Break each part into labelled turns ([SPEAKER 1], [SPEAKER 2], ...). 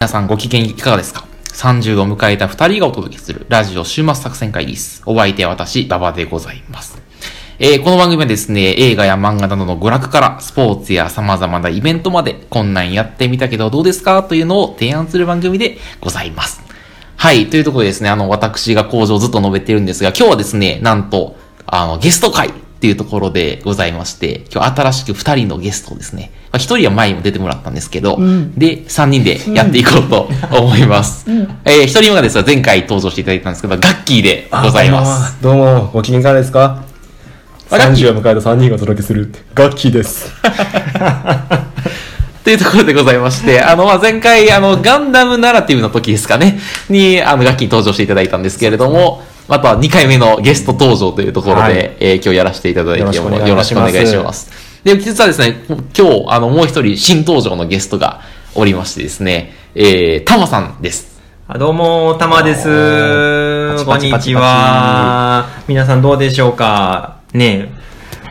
[SPEAKER 1] 皆さんご機嫌いかがですか ?30 を迎えた2人がお届けするラジオ週末作戦会議です。お相手は私、馬場でございます。えーこの番組はですね、映画や漫画などの娯楽から、スポーツや様々なイベントまで、こんなんやってみたけどどうですかというのを提案する番組でございます。はい。というところでですね、あの、私が工場をずっと述べてるんですが、今日はですね、なんと、あの、ゲスト会っていうところでございまして、今日新しく2人のゲストをですね、まあ、1人は前にも出てもらったんですけど、で、3人でやっていこうと思います。えー、1人目がですね、前回登場していただいたんですけど、ガッキーでございます。
[SPEAKER 2] す。どうも、ご機嫌いかがですか
[SPEAKER 1] あラッキー
[SPEAKER 2] ?30 を迎えた3人がお届けする、ガッキーです。
[SPEAKER 1] というところでございま して、あの、まあ、前回、あの、ガンダムナラティブの時ですかね、に、あの、楽器に登場していただいたんですけれども、また2回目のゲスト登場というところで、
[SPEAKER 2] はい
[SPEAKER 1] えー今日やらせていただいて
[SPEAKER 2] よろしくお願いいたしま
[SPEAKER 1] よろ
[SPEAKER 2] す
[SPEAKER 1] しくお願いします。で、実はですね、今日、あの、もう一人新登場のゲストがおりましてですね、えー、タマさんです。
[SPEAKER 3] あどうも、たまです
[SPEAKER 2] ーパチ。
[SPEAKER 3] こ
[SPEAKER 2] パ
[SPEAKER 3] ん
[SPEAKER 2] チ
[SPEAKER 3] に
[SPEAKER 2] パチパチ
[SPEAKER 3] ちは。皆さんどうでしょうかねえ。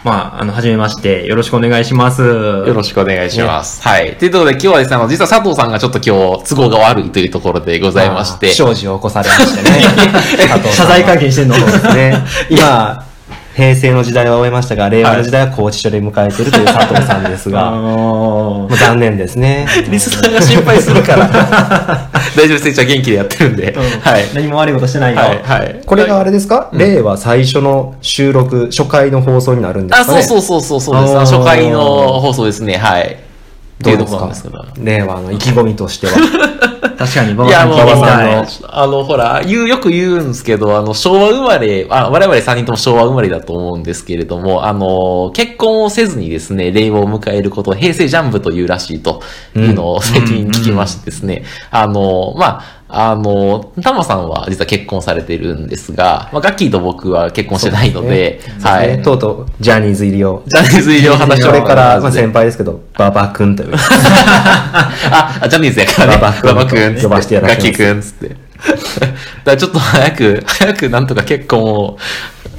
[SPEAKER 3] まあ、あの、はじめまして。よろしくお願いします。
[SPEAKER 1] よろしくお願いします。はい。ということで、今日はですね、あの、実は佐藤さんがちょっと今日、都合が悪いというところでございまして、
[SPEAKER 2] 不祥事を起こされましてね。 佐藤さ
[SPEAKER 3] 謝
[SPEAKER 2] んは
[SPEAKER 3] 罪会見してんの
[SPEAKER 2] そうで すね。今、平成の時代は終えましたが、令和の時代は拘置所で迎えているという佐藤さんです
[SPEAKER 3] あ
[SPEAKER 2] が、
[SPEAKER 3] の
[SPEAKER 2] もう残念ですね。
[SPEAKER 1] リスナーが心配するから。 大丈夫です。一応元気でやってるんで。はい。
[SPEAKER 3] ー、何も悪いことしてないよ。
[SPEAKER 1] はい。はい。
[SPEAKER 2] これがあれですか令和最初の収録、初回の放送になるんです
[SPEAKER 1] あ、
[SPEAKER 2] かね
[SPEAKER 1] そうそうそうそうそうです。
[SPEAKER 2] あー
[SPEAKER 1] 初回の放送ですね。はい。
[SPEAKER 2] どう
[SPEAKER 1] ってい
[SPEAKER 2] で
[SPEAKER 1] うとこなんですすけど
[SPEAKER 2] か。令和の意気込みとしては。
[SPEAKER 3] 確かに、馬
[SPEAKER 1] い
[SPEAKER 3] 場さ
[SPEAKER 1] や、
[SPEAKER 3] ん
[SPEAKER 1] もう、
[SPEAKER 3] 聞いてみ
[SPEAKER 2] さん
[SPEAKER 3] たい
[SPEAKER 2] の
[SPEAKER 1] あの、ほら、言う、よく言うんですけど、あの、昭和生まれ、あ我々3人とも昭和生まれだと思うんですけれども、あの、結婚をせずにですね、令和を迎えることを平成ジャンプというらしいというのを最近聞きましてですね、あの、まあ、あの、タマさんは実は結婚されてるんですが、まあ、ガッキーと僕は結婚してないので、は
[SPEAKER 2] そうです
[SPEAKER 1] い
[SPEAKER 2] ね。とうとう、ジャニーズ入りを。
[SPEAKER 1] ジャニーズ入りを果たして
[SPEAKER 2] そ
[SPEAKER 1] おり
[SPEAKER 2] れ
[SPEAKER 1] ます
[SPEAKER 2] から、まあ、先輩ですけど、馬場くんという。
[SPEAKER 1] あ、あジャニーズやからね。
[SPEAKER 2] 馬場君
[SPEAKER 1] 馬場君っつって
[SPEAKER 2] 呼ばせていただきます
[SPEAKER 1] ガキ君っつって。だ からちょっと早く、早くなんとか結婚を、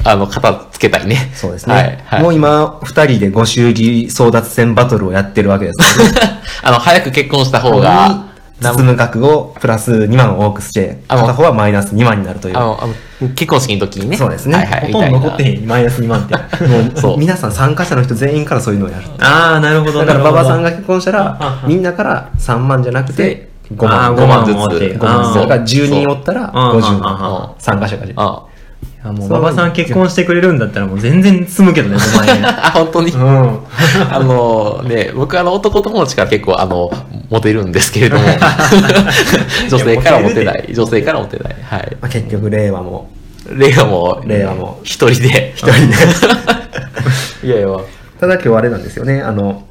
[SPEAKER 1] あの、片付けたいね。
[SPEAKER 2] そうですね。
[SPEAKER 1] はい。はい、
[SPEAKER 2] もう今、二人でご祝儀争奪戦バトルをやってるわけですね。
[SPEAKER 1] あの、早く結婚した方が、
[SPEAKER 2] 包む額をプラス2万多くして、
[SPEAKER 1] あの
[SPEAKER 2] 片方はマイナス2万になるという
[SPEAKER 1] あ。の、あの結婚式の時にね。
[SPEAKER 2] そうですね
[SPEAKER 1] はいはい。
[SPEAKER 3] ほとんど残って
[SPEAKER 1] み
[SPEAKER 3] へん、マイナス2万っ て。
[SPEAKER 1] たいなそう。
[SPEAKER 2] 皆さん参加者の人全員からそういうのをやる。
[SPEAKER 3] あー、なるほど。
[SPEAKER 2] だから、馬場さん
[SPEAKER 3] が。
[SPEAKER 2] が結婚したら
[SPEAKER 3] あ、
[SPEAKER 2] みんなから3万じゃなくて、5
[SPEAKER 3] あ
[SPEAKER 2] 万。
[SPEAKER 3] ー
[SPEAKER 2] 5
[SPEAKER 3] 5
[SPEAKER 2] 万
[SPEAKER 3] 万
[SPEAKER 2] ず
[SPEAKER 1] ず
[SPEAKER 2] つ。
[SPEAKER 3] 持って
[SPEAKER 2] 5万ずつ。
[SPEAKER 3] あー
[SPEAKER 2] だから10人おったら
[SPEAKER 3] あー
[SPEAKER 2] 50
[SPEAKER 3] あー
[SPEAKER 2] 万
[SPEAKER 1] あ。ー
[SPEAKER 2] 参加者が10
[SPEAKER 1] あ
[SPEAKER 3] いやもう馬場さん結婚してくれるんだったら、もう全然済むけどね、5万円。
[SPEAKER 1] あ、本当に。
[SPEAKER 3] うん。
[SPEAKER 1] あのね、僕あの男友達から結構あの、モテるんですけ れども、女性からモテない。女性からモテない。はい。
[SPEAKER 2] まあ結局、令和も。
[SPEAKER 1] レイはもう、
[SPEAKER 2] レイはもう
[SPEAKER 1] 一人で。一人で。 いやいや。
[SPEAKER 2] ただ今日あれなんですよね、あの、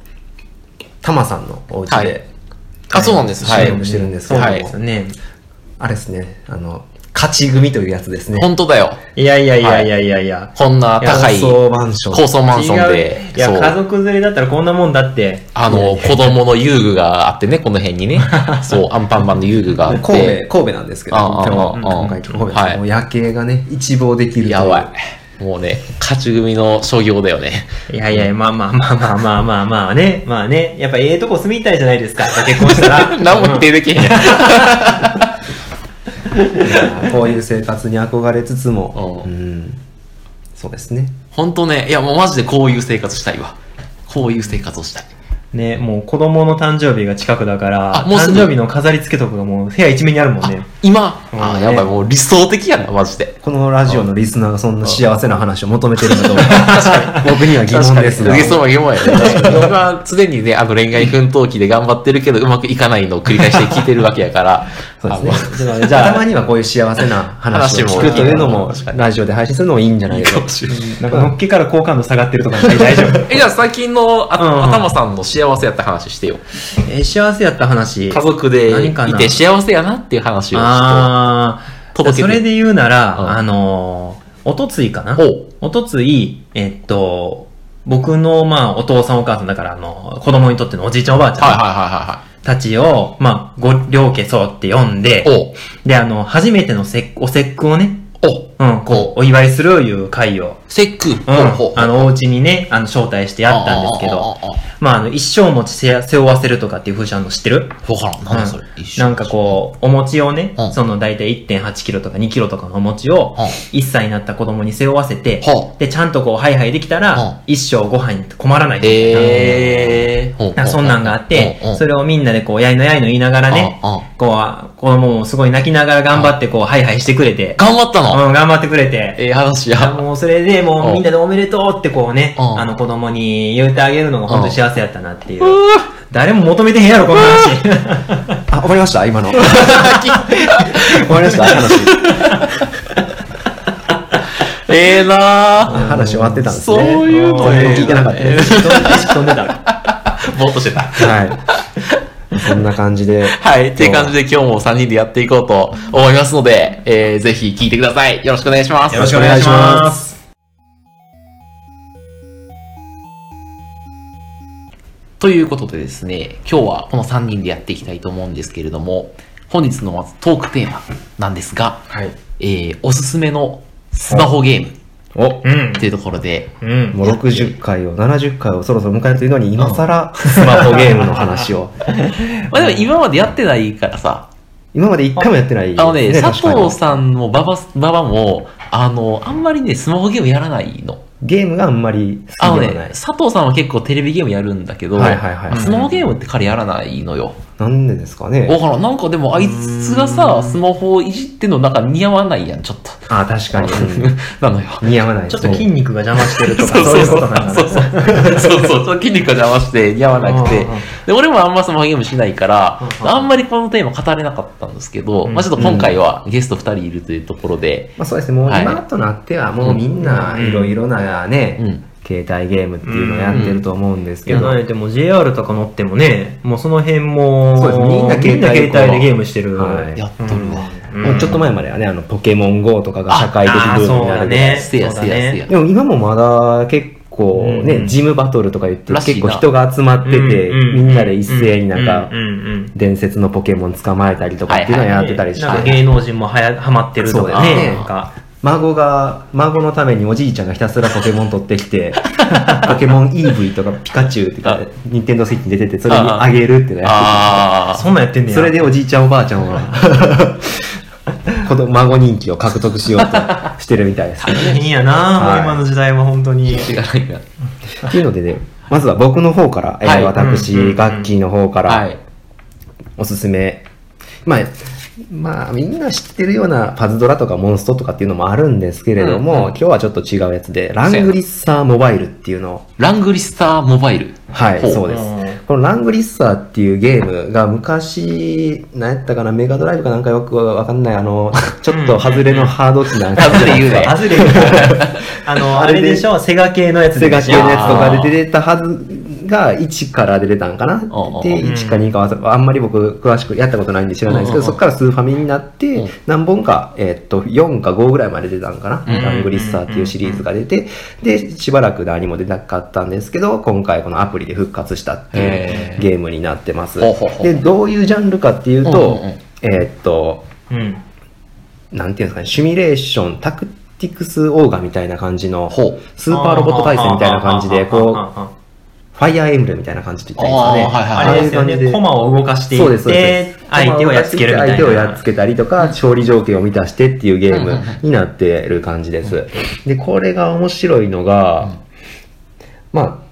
[SPEAKER 2] タマさんのお家
[SPEAKER 1] はい
[SPEAKER 2] で
[SPEAKER 1] あ、そうなんです。は
[SPEAKER 2] 収
[SPEAKER 1] い。
[SPEAKER 2] 録してるんですけ
[SPEAKER 3] そう
[SPEAKER 2] ども、
[SPEAKER 3] なんですよね。
[SPEAKER 2] あれですね、あの、勝ち組というやつですね。
[SPEAKER 1] 本当だよ。
[SPEAKER 3] いやいやいやいやいやいや。
[SPEAKER 1] こんな高い
[SPEAKER 2] 高層マンション
[SPEAKER 1] 高層マンション
[SPEAKER 3] 違
[SPEAKER 1] で
[SPEAKER 3] う。いや、
[SPEAKER 1] そう
[SPEAKER 3] 家族連れだったらこんなもんだって。
[SPEAKER 1] あの、子供の遊具があってね、この辺に ね。そう、アンパンマンの遊具があっ
[SPEAKER 2] 神戸、
[SPEAKER 1] て。
[SPEAKER 2] 神戸なんですけど、
[SPEAKER 1] あああああ
[SPEAKER 2] 今日
[SPEAKER 1] あ
[SPEAKER 2] 今回神戸です
[SPEAKER 1] はい
[SPEAKER 2] もう夜景がね、一望できるという
[SPEAKER 1] やばい。もうね、勝ち組の商業だよね。
[SPEAKER 3] いやいや、まあまあまあまあまあまあまあね。まあね。やっぱええとこ住みたいじゃないですか。結婚したら。
[SPEAKER 1] 何も否定できへんやん。
[SPEAKER 2] いや こういう生活に憧れつつも、
[SPEAKER 1] う
[SPEAKER 2] うんそうですね。
[SPEAKER 1] ほんとね、いやもうマジでこういう生活したいわ。こういう生活をしたい。
[SPEAKER 3] ね、もう子供の誕生日が近くだから、
[SPEAKER 1] あもうす
[SPEAKER 3] 誕
[SPEAKER 1] ぐ
[SPEAKER 3] 生日の飾り付けとかがもう部屋一面にあるもんね
[SPEAKER 1] あ。、今、
[SPEAKER 3] うん
[SPEAKER 1] あ、やばい、もう理想的やな、マジで。
[SPEAKER 2] このラジオのリスナーがそんな幸せな話を求めてるの かどうか、僕には疑問ですが。
[SPEAKER 1] ゲストも疑問やね。僕は常にね、あの恋愛奮闘期で頑張ってるけど、うまくいかないのを繰り返して聞いてるわけやから、
[SPEAKER 2] そうですね。
[SPEAKER 3] じゃあ
[SPEAKER 2] たまにはこういう幸せな話を聞くというのも
[SPEAKER 1] 話も、
[SPEAKER 2] ラジオで配信するのもいいんじゃない
[SPEAKER 1] いい
[SPEAKER 2] です
[SPEAKER 1] か
[SPEAKER 2] か
[SPEAKER 1] も。しれない。
[SPEAKER 3] なんかのっけから好感度下がってるとか大丈
[SPEAKER 1] 。
[SPEAKER 3] 夫
[SPEAKER 1] え、じゃあ最近の、あ、
[SPEAKER 3] うん
[SPEAKER 1] 頭さんの幸せやった話してよ。
[SPEAKER 3] え、幸せやった話。
[SPEAKER 1] 家族で
[SPEAKER 3] 何か
[SPEAKER 1] い
[SPEAKER 3] な
[SPEAKER 1] て幸せやなっていう話をし
[SPEAKER 3] あ
[SPEAKER 1] ちょっと
[SPEAKER 3] あ、
[SPEAKER 1] 届けて
[SPEAKER 3] それで言うなら、
[SPEAKER 1] うん
[SPEAKER 3] あのー、おとついかな
[SPEAKER 1] ほう
[SPEAKER 3] おとつい、えっと、僕の、まあ、お父さんお母さんだから、あの、子供にとってのおじいちゃんおばあち
[SPEAKER 1] てはいは
[SPEAKER 3] ゃ
[SPEAKER 1] い
[SPEAKER 3] ん
[SPEAKER 1] は
[SPEAKER 3] たちを、まあ、ご両家そうって呼んで
[SPEAKER 1] い、はい。
[SPEAKER 3] で、あの、初めてのせっお節句をね、
[SPEAKER 1] お、お、
[SPEAKER 3] うん、こう、お祝いするいう会を、
[SPEAKER 1] セック。
[SPEAKER 3] うん、
[SPEAKER 1] ほうほう
[SPEAKER 3] あの、お家にね、あの、招待してやったんですけ
[SPEAKER 1] あああ
[SPEAKER 3] ど、
[SPEAKER 1] ああ
[SPEAKER 3] まあ、あの、一生餅せや背負わせるとかっていう風習あるの知ってる
[SPEAKER 1] あわからん。なんだそれ。
[SPEAKER 3] うん
[SPEAKER 1] 一緒
[SPEAKER 3] なんかこう、お餅をね、
[SPEAKER 1] うん
[SPEAKER 3] その大体1.8キロとか2キロとかのお餅を
[SPEAKER 1] うん、
[SPEAKER 3] 1歳になった子供に背負わせて
[SPEAKER 1] は、
[SPEAKER 3] で、ちゃんとこう、ハイハイできた
[SPEAKER 1] うん
[SPEAKER 3] ら、一生ご飯に困らない。
[SPEAKER 1] えー。
[SPEAKER 3] なんかそんなんがあって
[SPEAKER 1] うんうん、
[SPEAKER 3] それをみんなでこう、やいのやいの言いながらね
[SPEAKER 1] うんうん、
[SPEAKER 3] こう、子供もすごい泣きながら頑張ってこう、ハイハイしてくれて、
[SPEAKER 1] 頑張ったの
[SPEAKER 3] うん、頑張ってくれて、
[SPEAKER 1] ええ話
[SPEAKER 3] いや
[SPEAKER 1] や。
[SPEAKER 3] もうそれでも
[SPEAKER 1] うん
[SPEAKER 3] うみんなでおめでとうってこうね、
[SPEAKER 1] うん
[SPEAKER 3] あの子供に言うてあげるのが本当に幸せやったなっていう。誰も求めてへんやろ、こんな話。
[SPEAKER 2] あ、終わりました 今の。終わりました話。
[SPEAKER 1] ええな
[SPEAKER 2] 話終わってたんです
[SPEAKER 1] そう
[SPEAKER 2] ね。
[SPEAKER 1] いうの
[SPEAKER 2] 全然聞いてなかったです。
[SPEAKER 3] 飛んで た。
[SPEAKER 1] ー。ぼーっとしてた。
[SPEAKER 2] はい。そんな感じで。
[SPEAKER 1] はい。っていう感じで今日も3人でやっていこうと思いますので、えー、ぜひ聞いてください。よろしくお願いします。
[SPEAKER 3] よろしくお願いします。
[SPEAKER 1] ということでですね、今日はこの3人でやっていきたいと思うんですけれども、本日のまずトークテーマなんですが、
[SPEAKER 2] はい。
[SPEAKER 1] えー、おすすめのスマホゲーム
[SPEAKER 2] お
[SPEAKER 3] うん
[SPEAKER 1] と。いうところで、
[SPEAKER 3] うん。
[SPEAKER 2] もう60回を、70回をそろそろ迎えるというのに、今更スマホゲームの話を。
[SPEAKER 1] まあでも今までやってないからさ、
[SPEAKER 2] 今まで一回もやってない、
[SPEAKER 1] あのね、佐
[SPEAKER 2] 確かに
[SPEAKER 1] 藤さんも馬場馬場も、あの、あんまりね、スマホゲームやらないの。
[SPEAKER 2] ゲームがあんまり
[SPEAKER 1] あ
[SPEAKER 2] 好
[SPEAKER 1] の
[SPEAKER 2] きで
[SPEAKER 1] ね
[SPEAKER 2] はない、。
[SPEAKER 1] 佐藤さんは結構テレビゲームやるんだけど、
[SPEAKER 2] はいはいはい
[SPEAKER 1] スマホゲームって彼やらないのよ。
[SPEAKER 2] なんでですか
[SPEAKER 1] わ
[SPEAKER 2] ね。
[SPEAKER 1] からん。なんかでもあいつがさ、スマホをいじってんのなんか似合わないやん、ちょっと。
[SPEAKER 2] あ、確かに。うん
[SPEAKER 1] なのよ。
[SPEAKER 2] 似合わない
[SPEAKER 3] ち
[SPEAKER 2] で
[SPEAKER 3] ょっ
[SPEAKER 2] す
[SPEAKER 3] と
[SPEAKER 2] ね。
[SPEAKER 3] 筋肉が邪魔してるとか、そういうことなん
[SPEAKER 1] そ
[SPEAKER 3] だ
[SPEAKER 1] う
[SPEAKER 3] な。
[SPEAKER 1] そうそうそうそう筋肉が邪魔して似合わなく
[SPEAKER 3] う
[SPEAKER 1] て
[SPEAKER 3] んうんうん
[SPEAKER 1] で俺もあんまスマホゲームしないから
[SPEAKER 3] うんうん
[SPEAKER 1] あんまりこのテーマ語れなかったんですけど、
[SPEAKER 3] うん
[SPEAKER 1] まあ、ちょっと今回はゲスト2人いるというところで、
[SPEAKER 2] まあそうですね、もう
[SPEAKER 1] はい
[SPEAKER 2] 今となってはもうみんないろいろなね、
[SPEAKER 1] うん
[SPEAKER 2] 携帯ゲームっていうのをやってると思うんです
[SPEAKER 3] い
[SPEAKER 2] け
[SPEAKER 3] や、
[SPEAKER 2] ど、
[SPEAKER 3] なんでも JR とか乗ってもね、もうその辺も、
[SPEAKER 2] そうですみんな携帯
[SPEAKER 3] みんな携帯でゲームしてる。
[SPEAKER 2] はい
[SPEAKER 1] やっとるわ、
[SPEAKER 3] うん
[SPEAKER 2] もうちょっと前まではね、あの、ポケモン GO とかが社会的
[SPEAKER 3] あ
[SPEAKER 2] ブー
[SPEAKER 3] ー
[SPEAKER 2] ム
[SPEAKER 3] そ
[SPEAKER 2] に
[SPEAKER 3] う
[SPEAKER 2] な
[SPEAKER 3] だ
[SPEAKER 2] る
[SPEAKER 3] ね。
[SPEAKER 1] せやせやせや
[SPEAKER 2] でも今もまだ結構ね、
[SPEAKER 3] うん
[SPEAKER 2] ジムバトルとか言って
[SPEAKER 1] らしいな
[SPEAKER 2] 結構人が集まってて、
[SPEAKER 3] う
[SPEAKER 2] みんなで一斉になんか
[SPEAKER 3] う、んうんうん
[SPEAKER 2] 伝説のポケモン捕まえたりとかっていうのをやってたりして、
[SPEAKER 3] なんか芸能人もはやハマってるとか
[SPEAKER 2] そうだ
[SPEAKER 3] ね。
[SPEAKER 2] ね
[SPEAKER 3] なんか
[SPEAKER 2] 孫が、孫のためにおじいちゃんがひたすらポケモン取ってき て、ポケモン EV とかピカチュウとか、ニンテンドースイッチに出てて、それにあげるってね。
[SPEAKER 1] ああ
[SPEAKER 3] そんなんやってんねや。
[SPEAKER 2] それでおじいちゃんおばあちゃんは、この孫人気を獲得しようとしてるみたいですけ
[SPEAKER 3] 大
[SPEAKER 2] どね。
[SPEAKER 3] 変やな、
[SPEAKER 2] はい
[SPEAKER 3] もう今の時代は本当に。
[SPEAKER 1] 違うないな
[SPEAKER 2] っていうのでね、まずは僕の方から、えー
[SPEAKER 1] はい
[SPEAKER 3] うんうんう
[SPEAKER 2] 私、
[SPEAKER 3] ん
[SPEAKER 2] ガッキーの方
[SPEAKER 1] は
[SPEAKER 2] から
[SPEAKER 1] い、
[SPEAKER 2] おすすめ。まあ、まあ、みんな知ってるようなパズドラとかモンストとかっていうのもあるんですけれども、今日はちょっと違うやつで、ラングリッサーモバイルっていうのを
[SPEAKER 1] ラングリスターモバイル
[SPEAKER 2] はい、
[SPEAKER 1] ほう
[SPEAKER 2] そうで
[SPEAKER 3] うん
[SPEAKER 2] す。このラングリッサーっていうゲームが昔、何やったかな、メガドライブかなんかよくわかんない、あの、ちょっと外れのハード機なんか。
[SPEAKER 1] 外れ言うね
[SPEAKER 3] あずれ あの、あれでしょ、セガ系のやつ
[SPEAKER 2] セ
[SPEAKER 3] で
[SPEAKER 2] ガ
[SPEAKER 3] し
[SPEAKER 2] 系
[SPEAKER 3] ょ。
[SPEAKER 2] のやつとかで出てたはずが、1から出てたんかな。で、
[SPEAKER 1] ん
[SPEAKER 2] 1か2かは、あんまり僕、詳しくやったことないんで知らないんですけ
[SPEAKER 1] うん
[SPEAKER 2] ど、そこからスーファミになって、何本か、えーっと、4か5ぐらいまで出たんかな。
[SPEAKER 1] うん
[SPEAKER 2] ラングリッサーっていうシリーズが出て、で、しばらく何も出なかったんですけど、今回このアプリで復活したって
[SPEAKER 1] へ
[SPEAKER 2] い
[SPEAKER 1] ー
[SPEAKER 2] うゲームになってます
[SPEAKER 1] ほうほう。ほう
[SPEAKER 2] で、どういうジャンルかっていうと
[SPEAKER 1] うんうんうん、
[SPEAKER 2] えーっと、
[SPEAKER 3] うん。
[SPEAKER 2] なんていうんですかね、シミュレーション、タクティクスオーガみたいな感じの
[SPEAKER 1] ほう、
[SPEAKER 2] スーパーロボット対戦みたいな感じで、こう、フ
[SPEAKER 3] う、
[SPEAKER 2] ァイアーエンブレムみたいな感じって言ったらいいですかね。
[SPEAKER 1] あーはいはい
[SPEAKER 3] あれですよ
[SPEAKER 2] ああいう感じ
[SPEAKER 3] ね、
[SPEAKER 2] で
[SPEAKER 3] コマを動かして
[SPEAKER 2] そう
[SPEAKER 3] い
[SPEAKER 2] です、
[SPEAKER 3] っ
[SPEAKER 2] そうで
[SPEAKER 3] て
[SPEAKER 2] す。、
[SPEAKER 3] 相手をやっつけるみたいな。
[SPEAKER 2] 相手をやっつけたりとか、勝利条件を満たしてっていうゲームになってる感じです。で、これが面白いのが、ま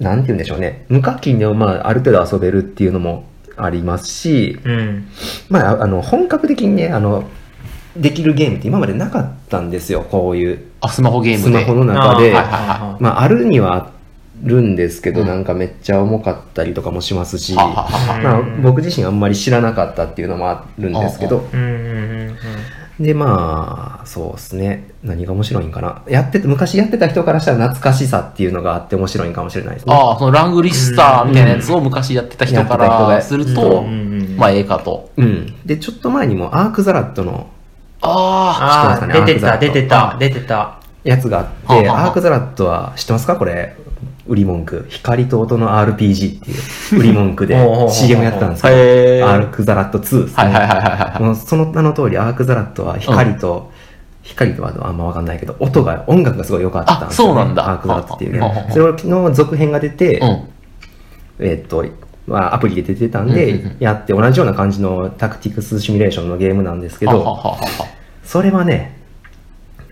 [SPEAKER 2] あ、なんて言うんでしょうね。無課金でも、まあ、ある程度遊べるっていうのもありますし、
[SPEAKER 3] うん。
[SPEAKER 2] まあ、ああの、本格的にね、あの、できるゲームって今までなかったんですよ、こういう。
[SPEAKER 1] あスマホゲーム
[SPEAKER 2] ス
[SPEAKER 1] で
[SPEAKER 2] マホの中で、
[SPEAKER 1] あーはいは
[SPEAKER 2] まあ、あるにはあるんですけど、
[SPEAKER 1] うん
[SPEAKER 2] なんかめっちゃ重かったりとかもしますし、
[SPEAKER 1] はははは
[SPEAKER 2] まあ、僕自身あんまり知らなかったっていうのもあるんですけど、
[SPEAKER 3] うんうん
[SPEAKER 2] で、まあ、そうですね。何が面白いんかな。やってて、昔やってた人からしたら懐かしさっていうのがあって面白いんかもしれないですね。
[SPEAKER 1] ああそのラングリスターみたいなやつを昔やってた人か
[SPEAKER 2] やってた人
[SPEAKER 1] ら
[SPEAKER 2] が
[SPEAKER 1] する
[SPEAKER 3] うん
[SPEAKER 1] と
[SPEAKER 3] うんうんうん
[SPEAKER 1] まあええかと
[SPEAKER 2] うん。で、ちょっと前にもアークザラットの
[SPEAKER 1] あ
[SPEAKER 3] ああ、
[SPEAKER 2] 知って
[SPEAKER 3] 出
[SPEAKER 2] ますかね
[SPEAKER 3] てた、
[SPEAKER 2] アーク
[SPEAKER 3] 出
[SPEAKER 2] ザ
[SPEAKER 3] てた、出てた。
[SPEAKER 2] やつがあって、
[SPEAKER 1] はあはあ
[SPEAKER 2] アークザラットは知ってますかこれ。売り文句。光と音の RPG っていう売り 文句
[SPEAKER 3] おうおうおうお
[SPEAKER 2] で
[SPEAKER 3] う
[SPEAKER 2] CM やってたんですけど、
[SPEAKER 1] へー
[SPEAKER 2] アークザラット2です
[SPEAKER 1] あ
[SPEAKER 2] ね。
[SPEAKER 1] はいはいはいはいはい
[SPEAKER 2] もうその名の通り、アークザラットは光と光とはあんま分かんないけど、音が、音楽がすごい良かったんですよ、
[SPEAKER 1] あそうなんだ
[SPEAKER 2] アークダーツっていう
[SPEAKER 1] ははは
[SPEAKER 2] ね
[SPEAKER 1] は。
[SPEAKER 2] それの続編が出て、
[SPEAKER 1] うん。
[SPEAKER 2] えっと、まあ、アプリで出てたん
[SPEAKER 1] うんうん
[SPEAKER 2] で
[SPEAKER 1] うん、
[SPEAKER 2] やって同じような感じのタクティクスシミュレーションのゲームなんですけ
[SPEAKER 1] ははは
[SPEAKER 2] ど、
[SPEAKER 1] はは
[SPEAKER 2] それはね、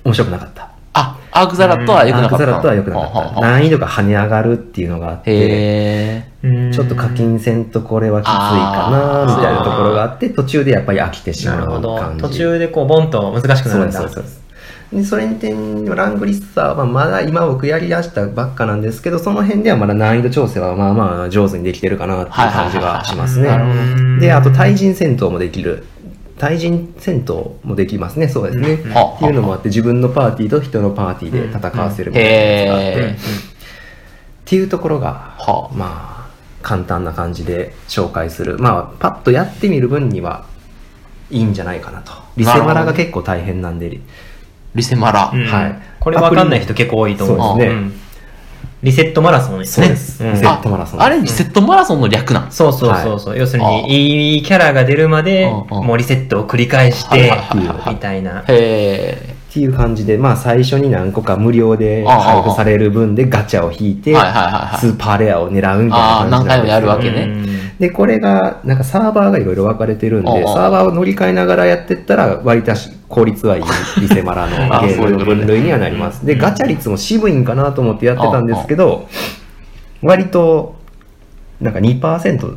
[SPEAKER 2] 面白くなかった。
[SPEAKER 1] あ、アークザラットは良く
[SPEAKER 2] ア
[SPEAKER 1] な
[SPEAKER 2] ー
[SPEAKER 1] か
[SPEAKER 2] ク
[SPEAKER 1] った
[SPEAKER 2] ザ
[SPEAKER 1] の。
[SPEAKER 2] ラットは良くな
[SPEAKER 1] は
[SPEAKER 2] かっ
[SPEAKER 1] はは
[SPEAKER 2] た。難易度が跳ね上がるっていうのがあって、
[SPEAKER 1] へー。
[SPEAKER 3] うん
[SPEAKER 2] ちょっと課金せんとこれはきついかなみたいなところがあって、途中でやっぱり飽きてし
[SPEAKER 3] なる
[SPEAKER 2] ま
[SPEAKER 3] ほ
[SPEAKER 2] う
[SPEAKER 3] ど
[SPEAKER 2] 感。じ。
[SPEAKER 3] 途中でこう、ボンと難しくな
[SPEAKER 2] そう
[SPEAKER 3] る
[SPEAKER 2] で
[SPEAKER 3] ん
[SPEAKER 2] す、そう
[SPEAKER 3] だ。
[SPEAKER 2] ですそうです。で、それに点、ラングリッサーはまだ今僕やり出したばっかなんですけど、その辺ではまだ難易度調整はまあまあ上手にできてるかなっていう感じがしますね
[SPEAKER 1] はいはいはいはいなる。
[SPEAKER 2] で、あと対人戦闘もできる。対人戦闘もできますね、そうですね。
[SPEAKER 3] うん
[SPEAKER 1] は
[SPEAKER 2] っていうのもあって、自分のパーティーと人のパーティーで戦わせるみたいなやつがあって、
[SPEAKER 1] へー。
[SPEAKER 2] っていうところが、
[SPEAKER 1] は
[SPEAKER 2] まあ、簡単な感じで紹介する。まあ、パッとやってみる分には、いいんじゃないかなと。リセマラが結構大変なんで、
[SPEAKER 1] リセマラ
[SPEAKER 3] う。ん
[SPEAKER 2] はい
[SPEAKER 3] これ分かんない人結構多いと思う。
[SPEAKER 1] そうです
[SPEAKER 2] ね
[SPEAKER 3] んリセットマラソンですね。
[SPEAKER 2] そうです
[SPEAKER 3] ん
[SPEAKER 2] リセットマラソン
[SPEAKER 1] ああれ、リセットマラソンの略なんです。
[SPEAKER 3] そうそうそうそう。要するに、いいキャラが出るまで、
[SPEAKER 1] うんうん
[SPEAKER 3] もうリセットを繰り返して
[SPEAKER 1] はいはいはいは、い
[SPEAKER 3] みたいな。
[SPEAKER 1] へー。
[SPEAKER 2] っていう感じで、まあ最初に何個か無料で配布される分でガチャを引いて、
[SPEAKER 1] はいはいはいはい
[SPEAKER 2] スーパーレアを狙うみたいな感じなんですよ
[SPEAKER 1] あー何回もやるわけね
[SPEAKER 3] うん
[SPEAKER 2] で、これが、なんかサーバーがいろいろ分かれてるんで、
[SPEAKER 1] ああ
[SPEAKER 2] サーバーを乗り換えながらやってったら、割と効率はいい リセマラの
[SPEAKER 1] ああ
[SPEAKER 2] ゲー
[SPEAKER 1] そう
[SPEAKER 2] ムの
[SPEAKER 1] いうことね
[SPEAKER 2] 分類にはなります。で、
[SPEAKER 3] うん
[SPEAKER 2] ガチャ率も渋いんかなと思ってやってたんですけど、割と、なんか2%、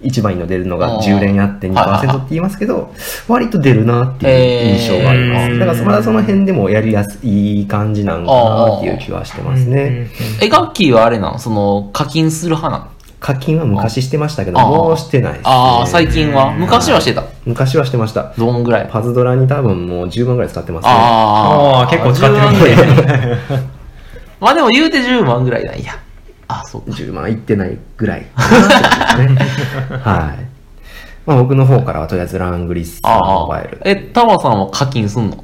[SPEAKER 2] 一番いいの出るの
[SPEAKER 1] あ
[SPEAKER 2] が
[SPEAKER 1] あ
[SPEAKER 2] 10連あって
[SPEAKER 1] はいはい
[SPEAKER 2] 2%って言いますけど、割と出るなっていう印象がありま
[SPEAKER 3] へえ
[SPEAKER 2] す。だからまだその辺でもやりやすいいい感じなんかなっていう気はしてますね。。
[SPEAKER 1] え、ガッキーはあれなのその、課金する派なの
[SPEAKER 2] 課金は昔してましたけど、
[SPEAKER 1] ああ
[SPEAKER 2] もうしてないです、ね。
[SPEAKER 1] ああ、最近は昔はしてた。
[SPEAKER 2] 昔はしてました。
[SPEAKER 1] どんぐらい
[SPEAKER 2] パズドラに多分もう10万ぐらい使ってますね。
[SPEAKER 1] あ
[SPEAKER 3] あ
[SPEAKER 1] あ
[SPEAKER 3] あ、結構使って
[SPEAKER 1] 10万ぐらい
[SPEAKER 3] るね。
[SPEAKER 1] まあでも言うて10万ぐらいなんや。あ、そうか。
[SPEAKER 2] 10万いってないぐらいかなって感じですね。はい。まあ僕の方からはとりあえずラングリッサーモ
[SPEAKER 1] あ
[SPEAKER 2] バイ
[SPEAKER 1] あ
[SPEAKER 2] ル。。
[SPEAKER 1] え、タワさんは課金すんの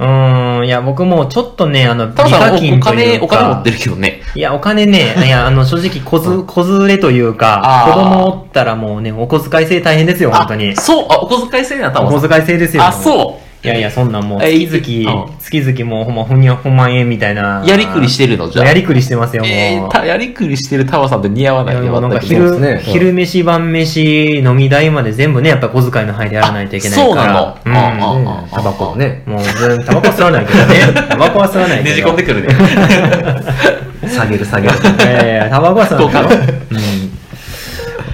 [SPEAKER 3] うーん、いや、僕もちょっとね、あの、
[SPEAKER 1] タワさんおお
[SPEAKER 3] 金とい
[SPEAKER 1] 金、
[SPEAKER 3] うか
[SPEAKER 1] お金持ってるけどね。
[SPEAKER 3] いや、お金ね、いや、あの、正直、子ず、子連れというか、
[SPEAKER 1] あー
[SPEAKER 3] 子供おったらもうね、お小遣い制大変ですよ、
[SPEAKER 1] あ
[SPEAKER 3] 本当に。
[SPEAKER 1] そう、あ、お小遣い制な、タ
[SPEAKER 3] お
[SPEAKER 1] ワさん。
[SPEAKER 3] 小遣い制ですよ。。
[SPEAKER 1] あ、そう
[SPEAKER 3] いやいや、そんなんもう、
[SPEAKER 1] え
[SPEAKER 3] 月
[SPEAKER 1] う
[SPEAKER 3] 々
[SPEAKER 1] ん、
[SPEAKER 3] 月々もうほんま、ふにゃほんま円みたいな。
[SPEAKER 1] う。やりくりしてるの、じゃあ。
[SPEAKER 3] やりくりしてますよ、もう。
[SPEAKER 1] えーたやりくりしてるタワさんって似合わない
[SPEAKER 3] いや
[SPEAKER 1] よ
[SPEAKER 3] もうなんか
[SPEAKER 1] 全く
[SPEAKER 2] そう
[SPEAKER 3] 昼、
[SPEAKER 2] ですね
[SPEAKER 3] 昼飯、晩飯、飲み代まで全部ね、やっぱ小遣いの範囲でやらないといけないから。
[SPEAKER 1] あそうなの
[SPEAKER 3] うん
[SPEAKER 2] ねタバコをね、
[SPEAKER 3] もう全然、タバコは吸わないけどね。 タバコは吸わないけど。
[SPEAKER 1] ねじ込んでくる ね。
[SPEAKER 2] 下げる下げる。
[SPEAKER 3] いやいやいや、タバコは吸わないけ
[SPEAKER 1] ど
[SPEAKER 3] ど。